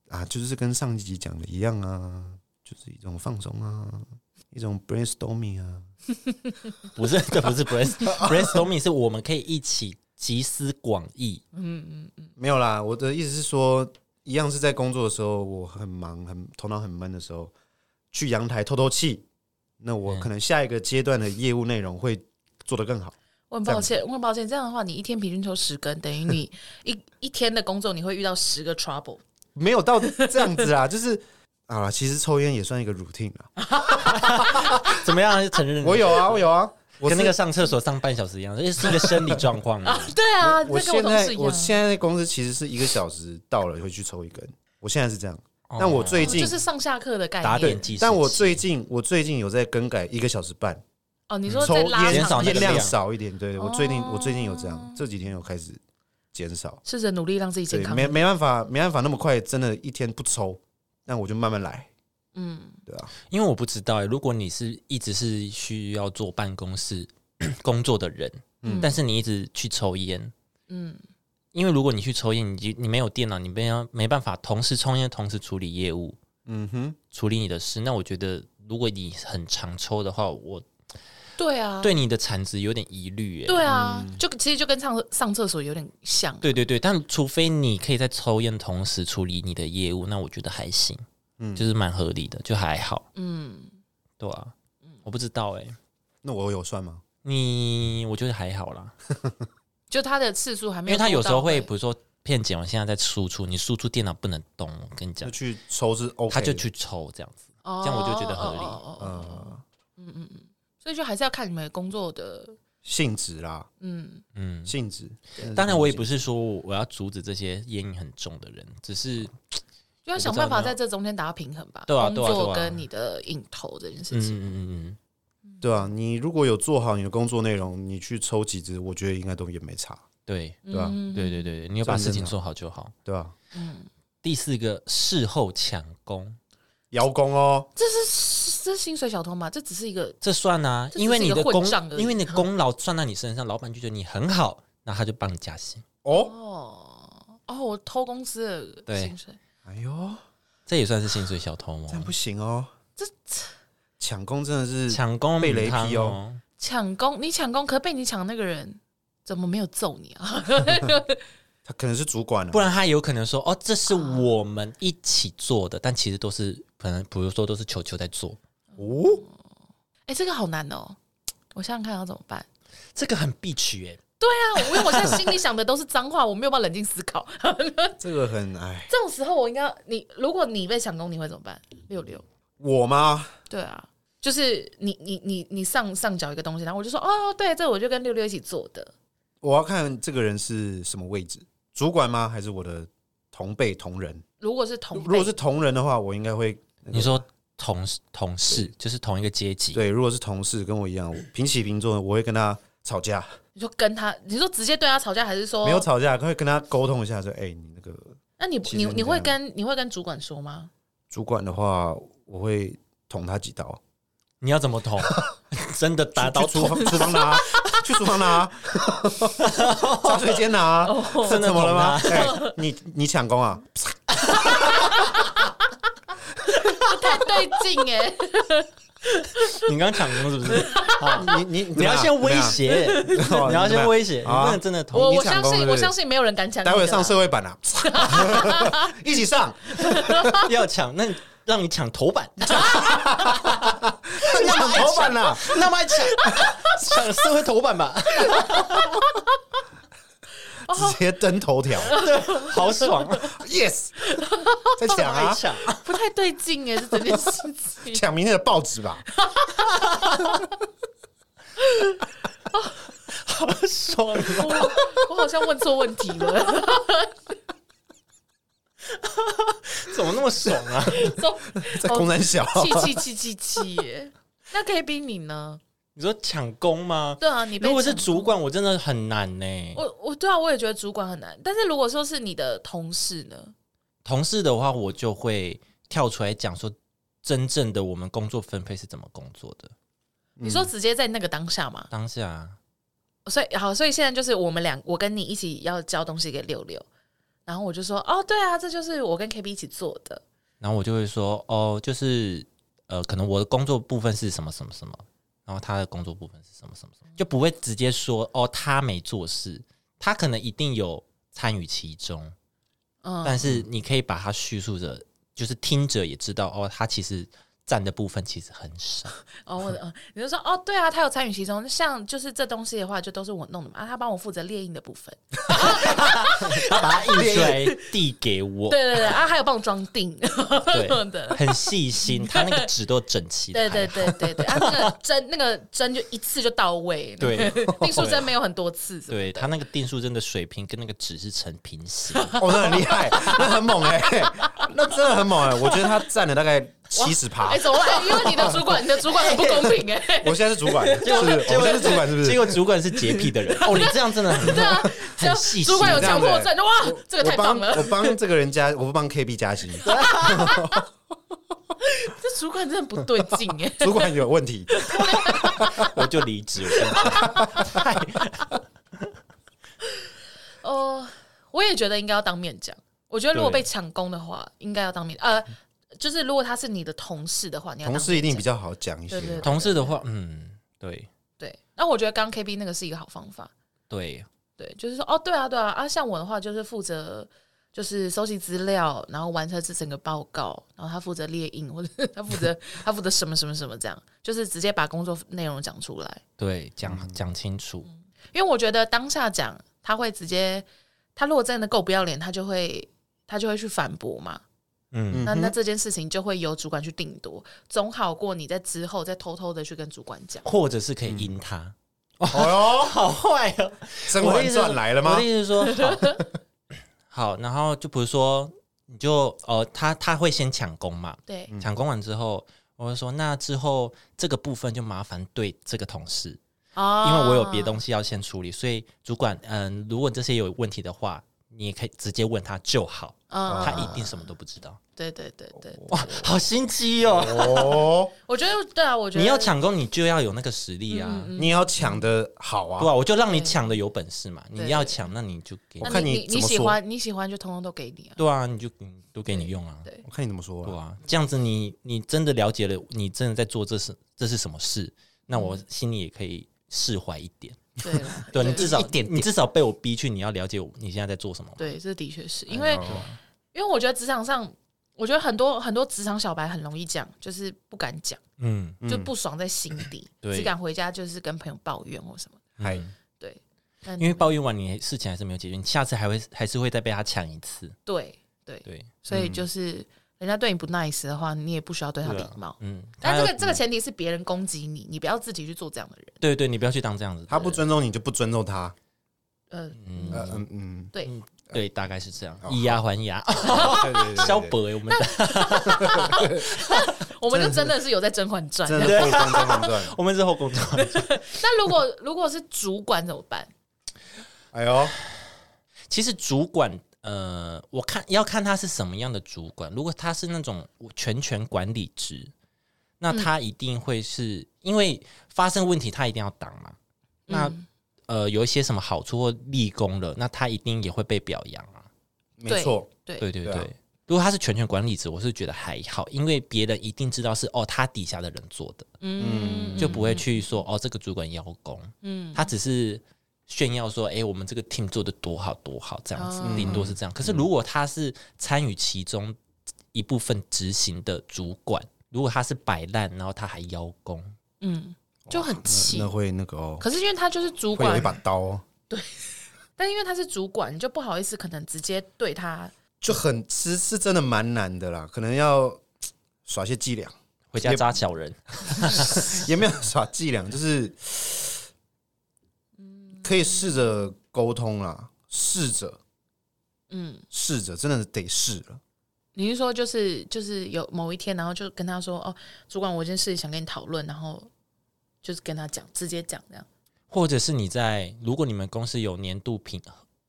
[SPEAKER 3] 啊，就是跟上一集讲的一样啊，就是一种放松啊，一种 brainstorming 啊。
[SPEAKER 2] 不是，这不是 brain brainstorming，是我们可以一起集思广益。
[SPEAKER 1] 嗯嗯嗯，
[SPEAKER 3] 没有啦，我的意思是说，一样是在工作的时候，我很忙、很头脑很闷的时候，去阳台透透气。那我
[SPEAKER 2] 嗯
[SPEAKER 3] 可能下一个阶段的业务内容会做得更好。
[SPEAKER 1] 我很抱歉，我很抱歉，这样的话，你一天平均抽十根，等于 你一一天的工作你会遇到十个 trouble。
[SPEAKER 3] 没有到这样子啦，就是好啦，其实抽烟也算一个 routine 啦。
[SPEAKER 2] 怎么样？承认
[SPEAKER 3] 我有啊，我有啊，我是
[SPEAKER 2] 跟那个上厕所上半小时一样，这是一个生理状况啊。
[SPEAKER 1] 对啊，
[SPEAKER 3] 我
[SPEAKER 1] 这跟我
[SPEAKER 3] 现
[SPEAKER 1] 同
[SPEAKER 3] 在
[SPEAKER 1] 事一
[SPEAKER 3] 我
[SPEAKER 1] 样。
[SPEAKER 3] 现在在公司其实是一个小时到了会去抽一根，我现在是这样。
[SPEAKER 2] 哦
[SPEAKER 3] 但我最近
[SPEAKER 1] 哦就是上下课的概
[SPEAKER 2] 打
[SPEAKER 1] 念。
[SPEAKER 2] 点计时器，
[SPEAKER 3] 但我最近我最近有在更改一个小时半，
[SPEAKER 1] 哦，你说
[SPEAKER 3] 抽
[SPEAKER 1] 在拉
[SPEAKER 3] 烟
[SPEAKER 2] 减嗯少
[SPEAKER 1] 长
[SPEAKER 2] 那
[SPEAKER 3] 烟
[SPEAKER 2] 个
[SPEAKER 3] 量
[SPEAKER 2] 量
[SPEAKER 3] 少一点。对，我最近我最近有这
[SPEAKER 1] 哦
[SPEAKER 3] 样，这几天有开始减少。
[SPEAKER 1] 试着努力让自己健
[SPEAKER 3] 对，
[SPEAKER 1] 康。
[SPEAKER 3] 没没办法，没办法那么快，真的一天不抽，那我就慢慢来，
[SPEAKER 1] 嗯，
[SPEAKER 3] 对啊，
[SPEAKER 2] 因为我不知道、欸，如果你是一直是需要坐办公室 工作的人，
[SPEAKER 1] 嗯
[SPEAKER 2] 但是你一直去抽烟，
[SPEAKER 1] 嗯，
[SPEAKER 2] 因为如果你去抽烟，你就你没有电脑，你没有没办法同时抽烟，同时处理业务，
[SPEAKER 3] 嗯哼，
[SPEAKER 2] 处理你的事。那我觉得，如果你很常抽的话，我
[SPEAKER 1] 对啊，
[SPEAKER 2] 对你的产值有点疑虑、欸。
[SPEAKER 1] 对啊，就其实就跟上上厕所有点像。
[SPEAKER 2] 对对对，但除非你可以在抽烟同时处理你的业务，那我觉得还行，
[SPEAKER 3] 嗯
[SPEAKER 2] 就是蛮合理的，就还好，
[SPEAKER 1] 嗯，
[SPEAKER 2] 对啊。我不知道哎、
[SPEAKER 3] 那我有算吗？
[SPEAKER 2] 你我觉得还好啦。
[SPEAKER 1] 就他的次数还没
[SPEAKER 2] 因
[SPEAKER 1] 有，欸
[SPEAKER 2] 为他有时候会，比如说片剪完，现在在输出，你输出电脑不能动，我跟你
[SPEAKER 3] 就
[SPEAKER 2] 讲，
[SPEAKER 3] 去抽是 OK，
[SPEAKER 2] 他就
[SPEAKER 3] 的，
[SPEAKER 2] 去抽这样子。
[SPEAKER 1] 哦
[SPEAKER 2] 这样我就觉得合理
[SPEAKER 1] 哦哦哦哦哦
[SPEAKER 3] 呃，
[SPEAKER 1] 嗯嗯嗯，所以就还是要看你们工作的，
[SPEAKER 3] 性质啦，
[SPEAKER 1] 嗯，
[SPEAKER 2] 嗯，
[SPEAKER 3] 性质。真的是
[SPEAKER 2] 当然我也不
[SPEAKER 3] 性质
[SPEAKER 2] 是说我要阻止这些烟瘾很重的人，只
[SPEAKER 1] 哦
[SPEAKER 2] 是
[SPEAKER 1] 就要想办法在这中间达到平衡吧。
[SPEAKER 2] 对啊
[SPEAKER 1] 工
[SPEAKER 2] 对啊对啊
[SPEAKER 1] 作跟你的应酬这件
[SPEAKER 2] 嗯
[SPEAKER 1] 事
[SPEAKER 2] 嗯
[SPEAKER 1] 情，
[SPEAKER 2] 嗯嗯，
[SPEAKER 3] 对啊，你如果有做好你的工作内容，你去抽几支，我觉得应该都也没差，
[SPEAKER 2] 对啊
[SPEAKER 3] 对吧？
[SPEAKER 1] 嗯
[SPEAKER 2] 对对对对，你有
[SPEAKER 3] 这
[SPEAKER 2] 把
[SPEAKER 3] 很
[SPEAKER 2] 事情
[SPEAKER 3] 正常
[SPEAKER 2] 做好就好。
[SPEAKER 3] 对啊吧？
[SPEAKER 2] 第四个事后抢功，
[SPEAKER 3] 邀功哦，
[SPEAKER 1] 这是这是薪水小偷吗？这只是一个
[SPEAKER 2] 这算啊，
[SPEAKER 1] 这只是
[SPEAKER 2] 因为你的
[SPEAKER 1] 一个
[SPEAKER 2] 功
[SPEAKER 1] 混账而，已
[SPEAKER 2] 因为你的功劳算到你身上，老板就觉得你很好，那他就帮你加薪。
[SPEAKER 3] 哦，
[SPEAKER 1] 哦哦，我偷公司的
[SPEAKER 2] 对
[SPEAKER 1] 薪水，
[SPEAKER 3] 哎呦，
[SPEAKER 2] 这也算是薪水小偷吗
[SPEAKER 3] 这？样不行哦，
[SPEAKER 1] 这
[SPEAKER 3] 抢功真的是
[SPEAKER 2] 抢功
[SPEAKER 3] 被雷
[SPEAKER 2] 名堂
[SPEAKER 3] 劈
[SPEAKER 2] 哦
[SPEAKER 3] 哦，
[SPEAKER 1] 抢功，你抢功，可被你抢那个人怎么没有揍你啊？
[SPEAKER 3] 他可能是主管啊
[SPEAKER 2] 不，然他有可能说哦，这是我们一起做的，但其实都是可能，比如说都是球球在做，
[SPEAKER 3] 哦，
[SPEAKER 1] 哎、这个好难哦，我想想看要怎么办。
[SPEAKER 2] 这个很必取哎。
[SPEAKER 1] 对啊，我因为我现在心里想的都是脏话，我没有办法冷静思考。
[SPEAKER 3] 这个很哎，
[SPEAKER 1] 这种时候，我应该你，如果你被抢功，你会怎么办？六六，
[SPEAKER 3] 我吗？
[SPEAKER 1] 对啊，就是你你你你上上缴一个东西，然后我就说哦，对，这我就跟六六一起做的。
[SPEAKER 3] 我要看这个人是什么位置，主管吗？还是我的同辈同仁？
[SPEAKER 1] 如果是同辈，
[SPEAKER 3] 如果是同仁的话，我应该会
[SPEAKER 2] 你说同事同事就是同一个阶级，
[SPEAKER 3] 对；如果是同事跟我一样我平起平坐，我会跟他吵架，
[SPEAKER 1] 你说跟他，你说直接对他吵架，还是
[SPEAKER 2] 哦
[SPEAKER 1] 说
[SPEAKER 3] 没有？吵架，会跟他沟通一下，说：“哎、你那个
[SPEAKER 1] 那你
[SPEAKER 3] 其实
[SPEAKER 1] 你
[SPEAKER 3] 你这
[SPEAKER 1] 你会
[SPEAKER 3] 样
[SPEAKER 1] 跟你会跟主管说吗？
[SPEAKER 3] 主管的话，我会捅他几刀，
[SPEAKER 2] 你要怎么 捅？真的打
[SPEAKER 3] 到
[SPEAKER 2] 到
[SPEAKER 3] 厨
[SPEAKER 2] 捅，
[SPEAKER 3] 房厨 房拿，啊去厨房拿，茶水间拿，啊
[SPEAKER 2] 哦真的
[SPEAKER 3] 怎么了吗？
[SPEAKER 2] 捅
[SPEAKER 3] 哎你你抢功 啊？
[SPEAKER 1] 不太对劲 哎、
[SPEAKER 2] 你刚刚抢功是不是？好
[SPEAKER 3] 你你你
[SPEAKER 2] 你要先威，胁，
[SPEAKER 3] 怎么样
[SPEAKER 2] 你要先威胁，你
[SPEAKER 3] 好啊
[SPEAKER 2] 不能真的捅。
[SPEAKER 1] 我
[SPEAKER 3] 你
[SPEAKER 1] 我
[SPEAKER 3] 抢
[SPEAKER 1] 相
[SPEAKER 3] 功
[SPEAKER 1] 信
[SPEAKER 3] 对不
[SPEAKER 1] 我
[SPEAKER 3] 对
[SPEAKER 1] 相信没有人敢抢你的
[SPEAKER 3] 待
[SPEAKER 1] 啦。
[SPEAKER 3] 会上社会版 啊，一起上，
[SPEAKER 2] 要抢， 那让你抢头版，
[SPEAKER 3] 你抢头版啊！
[SPEAKER 2] 那么爱抢， 抢社会头版吧，
[SPEAKER 3] 直接登头条
[SPEAKER 2] 好爽，啊
[SPEAKER 3] ，yes，在抢
[SPEAKER 2] 爱
[SPEAKER 3] 啊，
[SPEAKER 2] 抢。
[SPEAKER 1] 不太对劲哎、这整件事情。
[SPEAKER 3] 抢明天的报纸吧。
[SPEAKER 2] 好爽啊！
[SPEAKER 1] 我我好像问错问题了，
[SPEAKER 2] 怎么那么爽啊？
[SPEAKER 1] 说
[SPEAKER 3] 在公山小，
[SPEAKER 2] 哦
[SPEAKER 1] 气气气气气耶！那 KB 你呢？
[SPEAKER 2] 你说抢功吗？
[SPEAKER 1] 对啊，你被
[SPEAKER 2] 如果是
[SPEAKER 1] 抢
[SPEAKER 2] 主管，我真的很难呢、
[SPEAKER 1] 我我对啊，我也觉得主管很难。但是如果说是你的同事呢？
[SPEAKER 2] 同事的话，我就会跳出来讲说，真正的我们工作分配是怎么工作的。嗯
[SPEAKER 1] 你说直接在那个当下嘛？
[SPEAKER 2] 当下
[SPEAKER 1] 所以好，所以现在就是我们俩，我跟你一起要交东西给六六，然后我就说哦，对啊，这就是我跟 KB 一起做的。
[SPEAKER 2] 然后我就会说，哦，就是呃，可能我的工作部分是什么什么什么，然后他的工作部分是什么什么什么，就不会直接说哦，他没做事，他可能一定有参与其中，
[SPEAKER 1] 嗯，
[SPEAKER 2] 但是你可以把它叙述着，就是听者也知道哦，他其实占的部分其实很少。
[SPEAKER 1] 哦， 我的，嗯你就说哦，对啊，他有参与其中。像就是这东西的话，就都是我弄的嘛，啊，他帮我负责列印的部分。
[SPEAKER 2] 他把它印出来递给我，
[SPEAKER 1] 对对对，啊，还有帮我装订
[SPEAKER 2] 对，
[SPEAKER 1] 的。
[SPEAKER 2] 很细心，他那个纸都整齐的，
[SPEAKER 1] 对对对对对，啊，那个针那个针就一次就到位，
[SPEAKER 2] 对
[SPEAKER 1] 订书针没有很多次，是吧
[SPEAKER 2] 对，他那个订数针的水平跟那个纸是成平行，
[SPEAKER 3] 哦，那很厉害，那很猛哎，那真的很猛哎，我觉得他占了大概七十趴
[SPEAKER 1] 哎，。怎么办？因为你的主管，你的主管很不公平哎，
[SPEAKER 3] 我现在是主 管，是不是？我现在是主管，是不
[SPEAKER 2] 结
[SPEAKER 3] 是？
[SPEAKER 2] 果主管是洁癖的 人，哦，你这样真的很
[SPEAKER 1] 对啊，
[SPEAKER 2] 很细心
[SPEAKER 1] 主管有
[SPEAKER 3] 这样
[SPEAKER 1] 强迫
[SPEAKER 3] 子
[SPEAKER 1] 症，哇，这个
[SPEAKER 3] 我
[SPEAKER 1] 太棒
[SPEAKER 3] 帮
[SPEAKER 1] 了
[SPEAKER 3] 我，帮这个人加，我不帮 KB 加薪，
[SPEAKER 1] 这主管真的不对劲 哎，
[SPEAKER 3] 主管有问题。
[SPEAKER 2] 我就离职。我跟 你讲太
[SPEAKER 1] 哦，我也觉得应该要当面讲，我觉得如果
[SPEAKER 2] 对
[SPEAKER 1] 被抢功的话，应该要当面呃。就是如果他是你的同事的话，你要
[SPEAKER 3] 同
[SPEAKER 1] 当
[SPEAKER 3] 事
[SPEAKER 1] 面
[SPEAKER 3] 一定
[SPEAKER 1] 讲
[SPEAKER 3] 比较好讲一些
[SPEAKER 1] 对对，对
[SPEAKER 2] 同事的话，嗯，对
[SPEAKER 1] 对。那我觉得刚刚 KB 那个是一个好方法，
[SPEAKER 2] 对，
[SPEAKER 1] 对，就是说哦，对啊，对啊，啊，像我的话就是负责就是收集资料，然后完成这整个报告，然后他负责列印，或者他负责他负责什么什么什么这样，就是直接把工作内容讲出来，
[SPEAKER 2] 对，讲讲清楚，
[SPEAKER 1] 因为我觉得当下讲他会直接，他如果真的够不要脸，他就会他就会去反驳嘛，
[SPEAKER 2] 嗯，
[SPEAKER 3] 嗯
[SPEAKER 1] 那
[SPEAKER 3] 哼
[SPEAKER 1] 那这件事情就会由主管去定夺，总好过你在之后再偷偷的去跟主管讲。
[SPEAKER 2] 或者是可以阴
[SPEAKER 3] 嗯
[SPEAKER 2] 他，
[SPEAKER 3] 哦
[SPEAKER 2] 好坏哦。
[SPEAKER 3] 呦，《甄
[SPEAKER 2] 我的
[SPEAKER 3] 嬛
[SPEAKER 2] 意思
[SPEAKER 3] 传
[SPEAKER 2] 是》
[SPEAKER 3] 来了
[SPEAKER 2] 我
[SPEAKER 3] 吗
[SPEAKER 2] 的？意思是说， 好，好 然后就比如说，你就呃，他他会先抢功嘛，
[SPEAKER 1] 对，
[SPEAKER 3] 嗯
[SPEAKER 2] 抢功完之后，我就说那之后这个部分就麻烦对这个同事，
[SPEAKER 1] 哦
[SPEAKER 2] 因为我有别东西要先处理，所以主管，嗯，如果这些有问题的话，你也可以直接问他就好，
[SPEAKER 1] 嗯
[SPEAKER 2] 他一定什么都不知道。
[SPEAKER 1] 对对对对，
[SPEAKER 2] 哇，好心机哦！
[SPEAKER 3] 哦，
[SPEAKER 1] 我觉得对啊，我觉得
[SPEAKER 2] 你要抢功，你就要有那个实力啊，
[SPEAKER 1] 嗯
[SPEAKER 3] 你要抢的好
[SPEAKER 2] 对
[SPEAKER 3] 啊！
[SPEAKER 2] 啊，我就让你抢的有本事嘛，你要抢，那你就给
[SPEAKER 1] 那
[SPEAKER 3] 我，看
[SPEAKER 1] 你
[SPEAKER 3] 你
[SPEAKER 1] 你
[SPEAKER 3] 怎么
[SPEAKER 1] 喜
[SPEAKER 3] 说
[SPEAKER 1] 欢你喜欢就通通都给 你啊，
[SPEAKER 2] 对啊，你就嗯都给你用啊，
[SPEAKER 1] 对
[SPEAKER 3] 我看你怎么说
[SPEAKER 2] 对
[SPEAKER 3] 啊。
[SPEAKER 2] 啊，这样子你你真的了解了，你真的在做这是这是什么事，那我心里也可以释怀一点。
[SPEAKER 1] 对啦
[SPEAKER 2] 对啊你至少你至少被我逼去，你要了解我你现在在做什么嘛。
[SPEAKER 1] 对，啊这的确是因为
[SPEAKER 2] 哎
[SPEAKER 3] 哦
[SPEAKER 1] 因为我觉得职场上，我觉得很多很多职场小白很容易讲，就是不敢讲，
[SPEAKER 2] 嗯，
[SPEAKER 1] 就不爽在心底，
[SPEAKER 2] 对
[SPEAKER 1] 只敢回家就是跟朋友抱怨或什么。
[SPEAKER 3] 嗨，
[SPEAKER 1] 对，但
[SPEAKER 2] 因为抱怨完你事情还是没有解决，你下次还会还是会再被他抢一次。
[SPEAKER 1] 对对，
[SPEAKER 2] 对，
[SPEAKER 1] 所以就是人家对你不 nice 的话，你也不需要对他
[SPEAKER 2] 对
[SPEAKER 1] 礼
[SPEAKER 2] 啊
[SPEAKER 1] 貌。
[SPEAKER 2] 嗯，
[SPEAKER 1] 但
[SPEAKER 2] 他
[SPEAKER 1] 这
[SPEAKER 2] 要
[SPEAKER 1] 个这个前提是别人攻击你，你不要自己去做这样的人。
[SPEAKER 2] 对对，你不要去当这样子的人。
[SPEAKER 3] 他不尊重你就不尊重他。
[SPEAKER 1] 呃，
[SPEAKER 3] 呃嗯 嗯，
[SPEAKER 1] 对，
[SPEAKER 2] 对，大概是这
[SPEAKER 3] 哦
[SPEAKER 2] 样，以牙还 牙，
[SPEAKER 3] 对对对，
[SPEAKER 2] 肖博欸我们
[SPEAKER 1] 我们就真的是有在《甄嬛传》
[SPEAKER 3] 真的不尊重他们。
[SPEAKER 2] 我们是后宫中人。
[SPEAKER 1] 那如果如果是主管怎么办？
[SPEAKER 3] 哎呦，
[SPEAKER 2] 其实主管，呃，我看要看他是什么样的主管。如果他是那种全权管理职，那他一定会是、因为发生问题，他一定要挡嘛。那、
[SPEAKER 1] 嗯
[SPEAKER 2] 呃，有一些什么好处或立功了，那他一定也会被表扬啊。
[SPEAKER 3] 没错，
[SPEAKER 1] 对
[SPEAKER 2] 对对对。
[SPEAKER 3] 对啊
[SPEAKER 2] 如果他是全权管理职，我是觉得还好，因为别人一定知道是哦他底下的人做的，
[SPEAKER 1] 嗯，
[SPEAKER 2] 就不会去说哦这个主管邀功，
[SPEAKER 1] 嗯
[SPEAKER 2] 他只是炫耀说：“哎、我们这个 team 做的多好多好，这样子，
[SPEAKER 1] 哦
[SPEAKER 2] 顶、多是这样。”可是如果他是参与其中一部分执行的主管，如果他是摆烂，然后他还邀功，
[SPEAKER 1] 嗯，就很气
[SPEAKER 3] 那。会那个哦，
[SPEAKER 1] 可是因为他就是主
[SPEAKER 3] 会有
[SPEAKER 1] 管
[SPEAKER 3] 一，把刀哦，
[SPEAKER 1] 但因为他是主管，你就不好意思，可能直接对他。
[SPEAKER 3] 就很是是真的蛮难的啦，可能要耍些伎俩，
[SPEAKER 2] 回家
[SPEAKER 3] 也
[SPEAKER 2] 扎小人，
[SPEAKER 3] 也没有耍伎俩，就是可以试着沟通啦，试着
[SPEAKER 1] 嗯，
[SPEAKER 3] 试着，真的是得试了。
[SPEAKER 1] 你是说就是就是有某一天，然后就跟他说哦，主管，我有件事情想跟你讨论，然后就是跟他讲，直接讲这样。
[SPEAKER 2] 或者是你在如果你们公司有年度评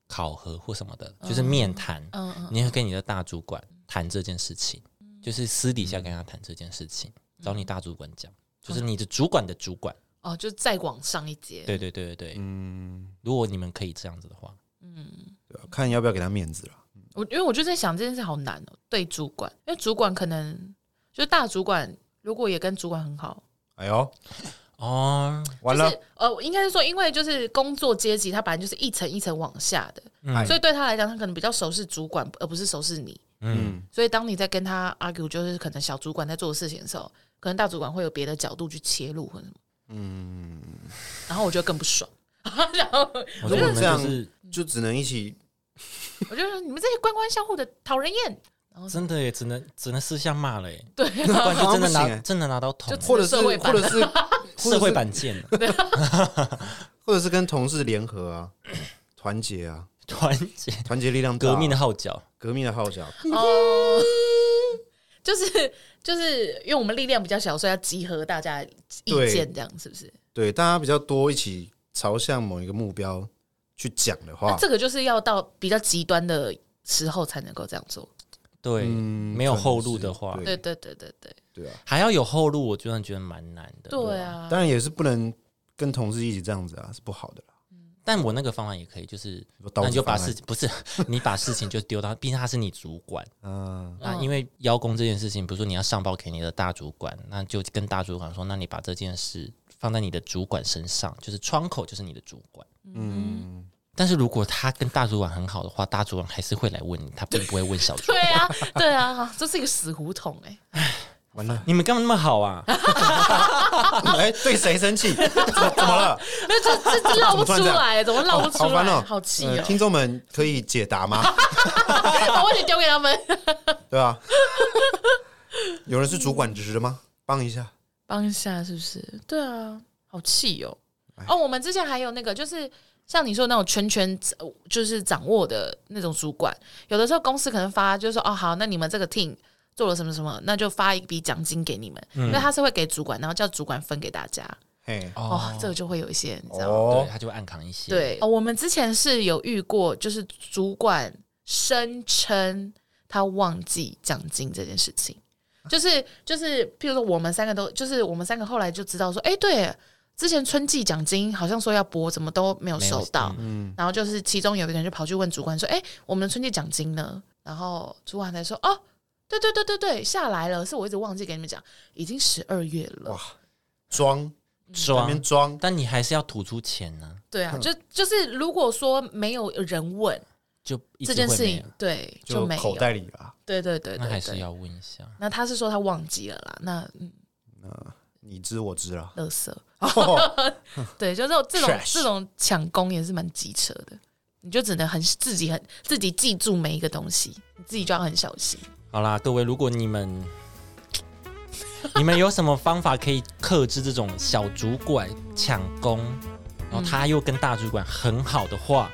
[SPEAKER 2] 考核或什么的，就是面谈，
[SPEAKER 1] 嗯嗯，
[SPEAKER 2] 你会跟你的大主管谈这件事情，就是私底下跟
[SPEAKER 3] 嗯
[SPEAKER 2] 他谈这件事情，
[SPEAKER 1] 嗯
[SPEAKER 2] 找你大主管讲，就是你的主管的主管。
[SPEAKER 1] 哦，就再往上一节。
[SPEAKER 2] 对对对对对，
[SPEAKER 3] 嗯，
[SPEAKER 2] 如果你们可以这样子的话，
[SPEAKER 3] 对啊看要不要给他面子了。
[SPEAKER 1] 我因为我就在想这件事好难哦，对主管，因为主管可能就是大主管，如果也跟主管很好，
[SPEAKER 3] 哎呦，
[SPEAKER 2] 哦，
[SPEAKER 3] 完
[SPEAKER 1] 就
[SPEAKER 3] 了
[SPEAKER 1] 是，呃，我应该是说，因为就是工作阶级，它本来就是一层一层往下的，
[SPEAKER 3] 哎
[SPEAKER 1] 所以对他来讲，他可能比较熟识主管，而不是熟识你。
[SPEAKER 2] 嗯，
[SPEAKER 1] 所以当你在跟他 argue，就是可能小主管在做的事情的时候，可能大主管会有别的角度去切入或者什么，
[SPEAKER 3] 嗯，
[SPEAKER 1] 然后我就更不 爽。然后
[SPEAKER 2] 我觉
[SPEAKER 3] 如
[SPEAKER 2] 得
[SPEAKER 3] 果
[SPEAKER 2] 我们
[SPEAKER 3] 这样
[SPEAKER 2] 就是
[SPEAKER 3] 就只能一起
[SPEAKER 1] 嗯我就说你们这些官官相护的，讨人厌，
[SPEAKER 2] 真的耶，只能只能私下骂了耶，
[SPEAKER 1] 哦对
[SPEAKER 2] 不
[SPEAKER 1] 啊、
[SPEAKER 2] 然就真的
[SPEAKER 3] 好像不行
[SPEAKER 2] 拿
[SPEAKER 3] 耶
[SPEAKER 2] 真的拿到头
[SPEAKER 1] 就，
[SPEAKER 3] 或者是
[SPEAKER 1] 社会版
[SPEAKER 3] 或者是 或者是
[SPEAKER 2] 社会版见 了，
[SPEAKER 3] 或者是跟同事联合啊，团结啊，
[SPEAKER 2] 团结
[SPEAKER 3] 团结力量大啊
[SPEAKER 2] 革命的号角，
[SPEAKER 3] 革命的号角，
[SPEAKER 1] 哦，就是就是因为我们力量比较小，所以要集合大家的意
[SPEAKER 3] 对
[SPEAKER 1] 见，这样是不是？
[SPEAKER 3] 对大家比较多一起朝向某一个目标去讲的
[SPEAKER 1] 那
[SPEAKER 3] 话，
[SPEAKER 1] 啊这个就是要到比较极端的时候才能够这样做。
[SPEAKER 2] 对，
[SPEAKER 3] 嗯
[SPEAKER 2] 没有后路的话
[SPEAKER 3] 可，能
[SPEAKER 1] 对
[SPEAKER 3] 是
[SPEAKER 1] 对对对对，
[SPEAKER 3] 对啊，
[SPEAKER 2] 还要有后路，我真的觉得蛮难的。
[SPEAKER 1] 对，啊，
[SPEAKER 3] 当然也是不能跟同事一起这样子啊，是不好的啦。
[SPEAKER 2] 但我那个方法也可以，就是
[SPEAKER 3] 说刀
[SPEAKER 2] 那
[SPEAKER 3] 子
[SPEAKER 2] 你就把
[SPEAKER 3] 方案
[SPEAKER 2] 事情不是 你把事情就丢到，毕竟他是你主管，
[SPEAKER 3] 嗯，
[SPEAKER 2] 那
[SPEAKER 1] 嗯
[SPEAKER 2] 因为邀功这件事情，比如说你要上报给你的大主管，那就跟大主管说，那你把这件事放在你的主管身上，就是窗口就是你的主管。
[SPEAKER 3] 嗯，
[SPEAKER 2] 但是如果他跟大主管很好的话，大主管还是会来问你，他并不会问 小主管。
[SPEAKER 1] 对啊，对啊， 这是一个死胡同哎、
[SPEAKER 3] 完了，
[SPEAKER 2] 你们干嘛那么好 啊？
[SPEAKER 3] 哎，对谁生气？ 怎么怎么 了？
[SPEAKER 1] 那这这这绕不出来，怎么绕不出
[SPEAKER 3] 好烦
[SPEAKER 1] 来？
[SPEAKER 3] 哦，
[SPEAKER 1] 好气
[SPEAKER 3] 呃
[SPEAKER 1] 哦！
[SPEAKER 3] 听众们可以解 答吗？
[SPEAKER 1] 把问题丢给他们，
[SPEAKER 3] 对吧？有人是主管职的吗？帮一下，
[SPEAKER 1] 帮一下是不是？对啊，好气哦！哦，我们之前还有那个，就是像你说的那种全权呃就是掌握的那种主管，有的时候公司可能发就是说，哦好，那你们这个 team 做了什么什么，那就发一笔奖金给你们，因为他是会给主管，然后叫主管分给大家。
[SPEAKER 3] 嘿，
[SPEAKER 1] 哦，这个就会有一些，你知道吗？
[SPEAKER 2] 对
[SPEAKER 3] 哦，
[SPEAKER 2] 他就会暗扛一些。，
[SPEAKER 1] 对、哦，我们之前是有遇过，就是主管声称他忘记奖金这件事情，就是就是，譬如说我们三个都，就是我们三个后来就知道说，哎，对，之前春季奖金好像说要拨，怎么都没有
[SPEAKER 2] 没有
[SPEAKER 1] 收到，
[SPEAKER 3] 嗯，
[SPEAKER 1] 然后就是其中有一个人就跑去问主管说，哎，我们的春季奖金呢？然后主管才说，哦。对对对对对，下来了，是我一直忘记给你们讲，已经十二月了
[SPEAKER 3] 哇。装
[SPEAKER 1] 嗯
[SPEAKER 3] 那边
[SPEAKER 2] 装，
[SPEAKER 3] 装，
[SPEAKER 2] 但你还是要吐出钱呢，
[SPEAKER 1] 对啊，就就是如果说没有人问，
[SPEAKER 2] 就一
[SPEAKER 1] 这
[SPEAKER 2] 直
[SPEAKER 1] 件
[SPEAKER 2] 会
[SPEAKER 1] 事
[SPEAKER 2] 没
[SPEAKER 1] 情
[SPEAKER 2] 有，
[SPEAKER 1] 对
[SPEAKER 3] 就
[SPEAKER 1] 没有
[SPEAKER 3] 口，袋里啦。
[SPEAKER 1] 对对对
[SPEAKER 2] 那还
[SPEAKER 1] 对
[SPEAKER 2] 是
[SPEAKER 1] 对。
[SPEAKER 2] 要问一下。
[SPEAKER 1] 那他是说他忘记了啦，那嗯，
[SPEAKER 3] 你知我知啦，
[SPEAKER 1] 垃圾，
[SPEAKER 3] 哦
[SPEAKER 1] 对，就这种这种
[SPEAKER 3] Trash
[SPEAKER 1] 这种抢功也是蛮机车的，你就只能很自己很自己记住每一个东西，你自己就要很小心。
[SPEAKER 2] 好啦，各位，如果你们 你们有什么方法可以克制这种小主管抢功，然后他又跟大主管很好的话，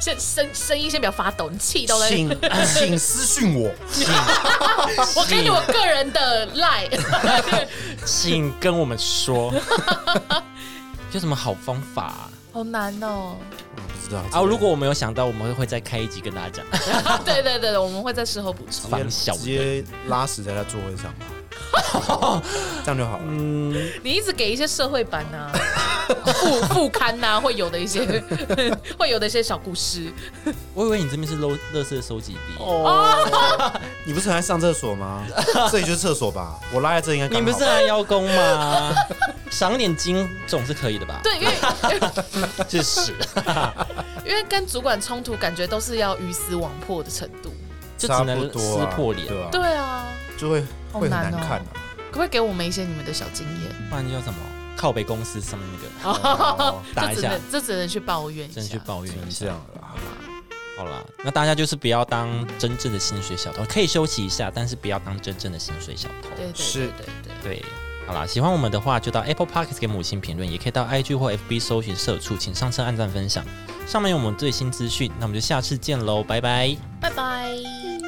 [SPEAKER 1] 先声声音先不要发抖，你气到在那里，
[SPEAKER 3] 请请私讯我，
[SPEAKER 1] 我给你我个人的赖，
[SPEAKER 2] 嗯请跟我们 说，有什么好方法啊？
[SPEAKER 1] 好难哦。
[SPEAKER 3] 我不知道
[SPEAKER 2] 啊如果我们有想到，我们会再开一集跟大家讲。
[SPEAKER 1] 对对对对，我们会在事后补充。
[SPEAKER 2] 防
[SPEAKER 3] 直
[SPEAKER 2] 小
[SPEAKER 3] 接直接拉屎在他座 位上吧，这样就好了。
[SPEAKER 1] 你一直给一些社会版啊、副副刊呐、会有的一些 会有的一些小故事。
[SPEAKER 2] 我以为你这边是垃垃圾收集地，
[SPEAKER 3] 哦
[SPEAKER 2] 哦
[SPEAKER 3] 你不是很爱上厕所 吗？这里就是厕所吧，我拉在这应该刚
[SPEAKER 2] 你
[SPEAKER 3] 好
[SPEAKER 2] 不是还邀功吗？ 赏点金总是可以的吧？
[SPEAKER 1] 对，因为
[SPEAKER 2] 这 是
[SPEAKER 1] 因为跟主管冲突，感觉都是要鱼死网破的程度。
[SPEAKER 2] 就
[SPEAKER 3] 差
[SPEAKER 2] 只
[SPEAKER 3] 不
[SPEAKER 2] 能
[SPEAKER 3] 多
[SPEAKER 2] 撕
[SPEAKER 3] 啊
[SPEAKER 2] 破脸，
[SPEAKER 3] 对吧？
[SPEAKER 1] 对啊，
[SPEAKER 3] 就会
[SPEAKER 1] 好
[SPEAKER 3] 会很
[SPEAKER 1] 难
[SPEAKER 3] 难
[SPEAKER 1] 哦
[SPEAKER 3] 看啊
[SPEAKER 1] 可不可以给我们一些你们的小经验？
[SPEAKER 2] 不然叫什么？靠北公司上面那个。
[SPEAKER 3] 哦，
[SPEAKER 2] 打
[SPEAKER 1] 这
[SPEAKER 2] 一
[SPEAKER 1] 只
[SPEAKER 2] 下
[SPEAKER 1] 能这只能去抱怨一下。
[SPEAKER 2] 真去抱
[SPEAKER 3] 只
[SPEAKER 2] 怨
[SPEAKER 3] 能
[SPEAKER 2] 一下。
[SPEAKER 3] 这样啊了啦。
[SPEAKER 2] 好啦，那大家就是不要当真正的薪水小偷，可以休息一下，但是不要当真正的薪水小偷。
[SPEAKER 1] 对对对
[SPEAKER 3] 是
[SPEAKER 1] 对对。
[SPEAKER 2] 对好啦，喜欢我们的话，就到 Apple Podcast 给母亲评论，也可以到 IG 或 FB 搜寻社畜，请上车按赞分享。上面有我们最新资讯，那我们就下次见喽，拜拜。
[SPEAKER 1] 拜拜。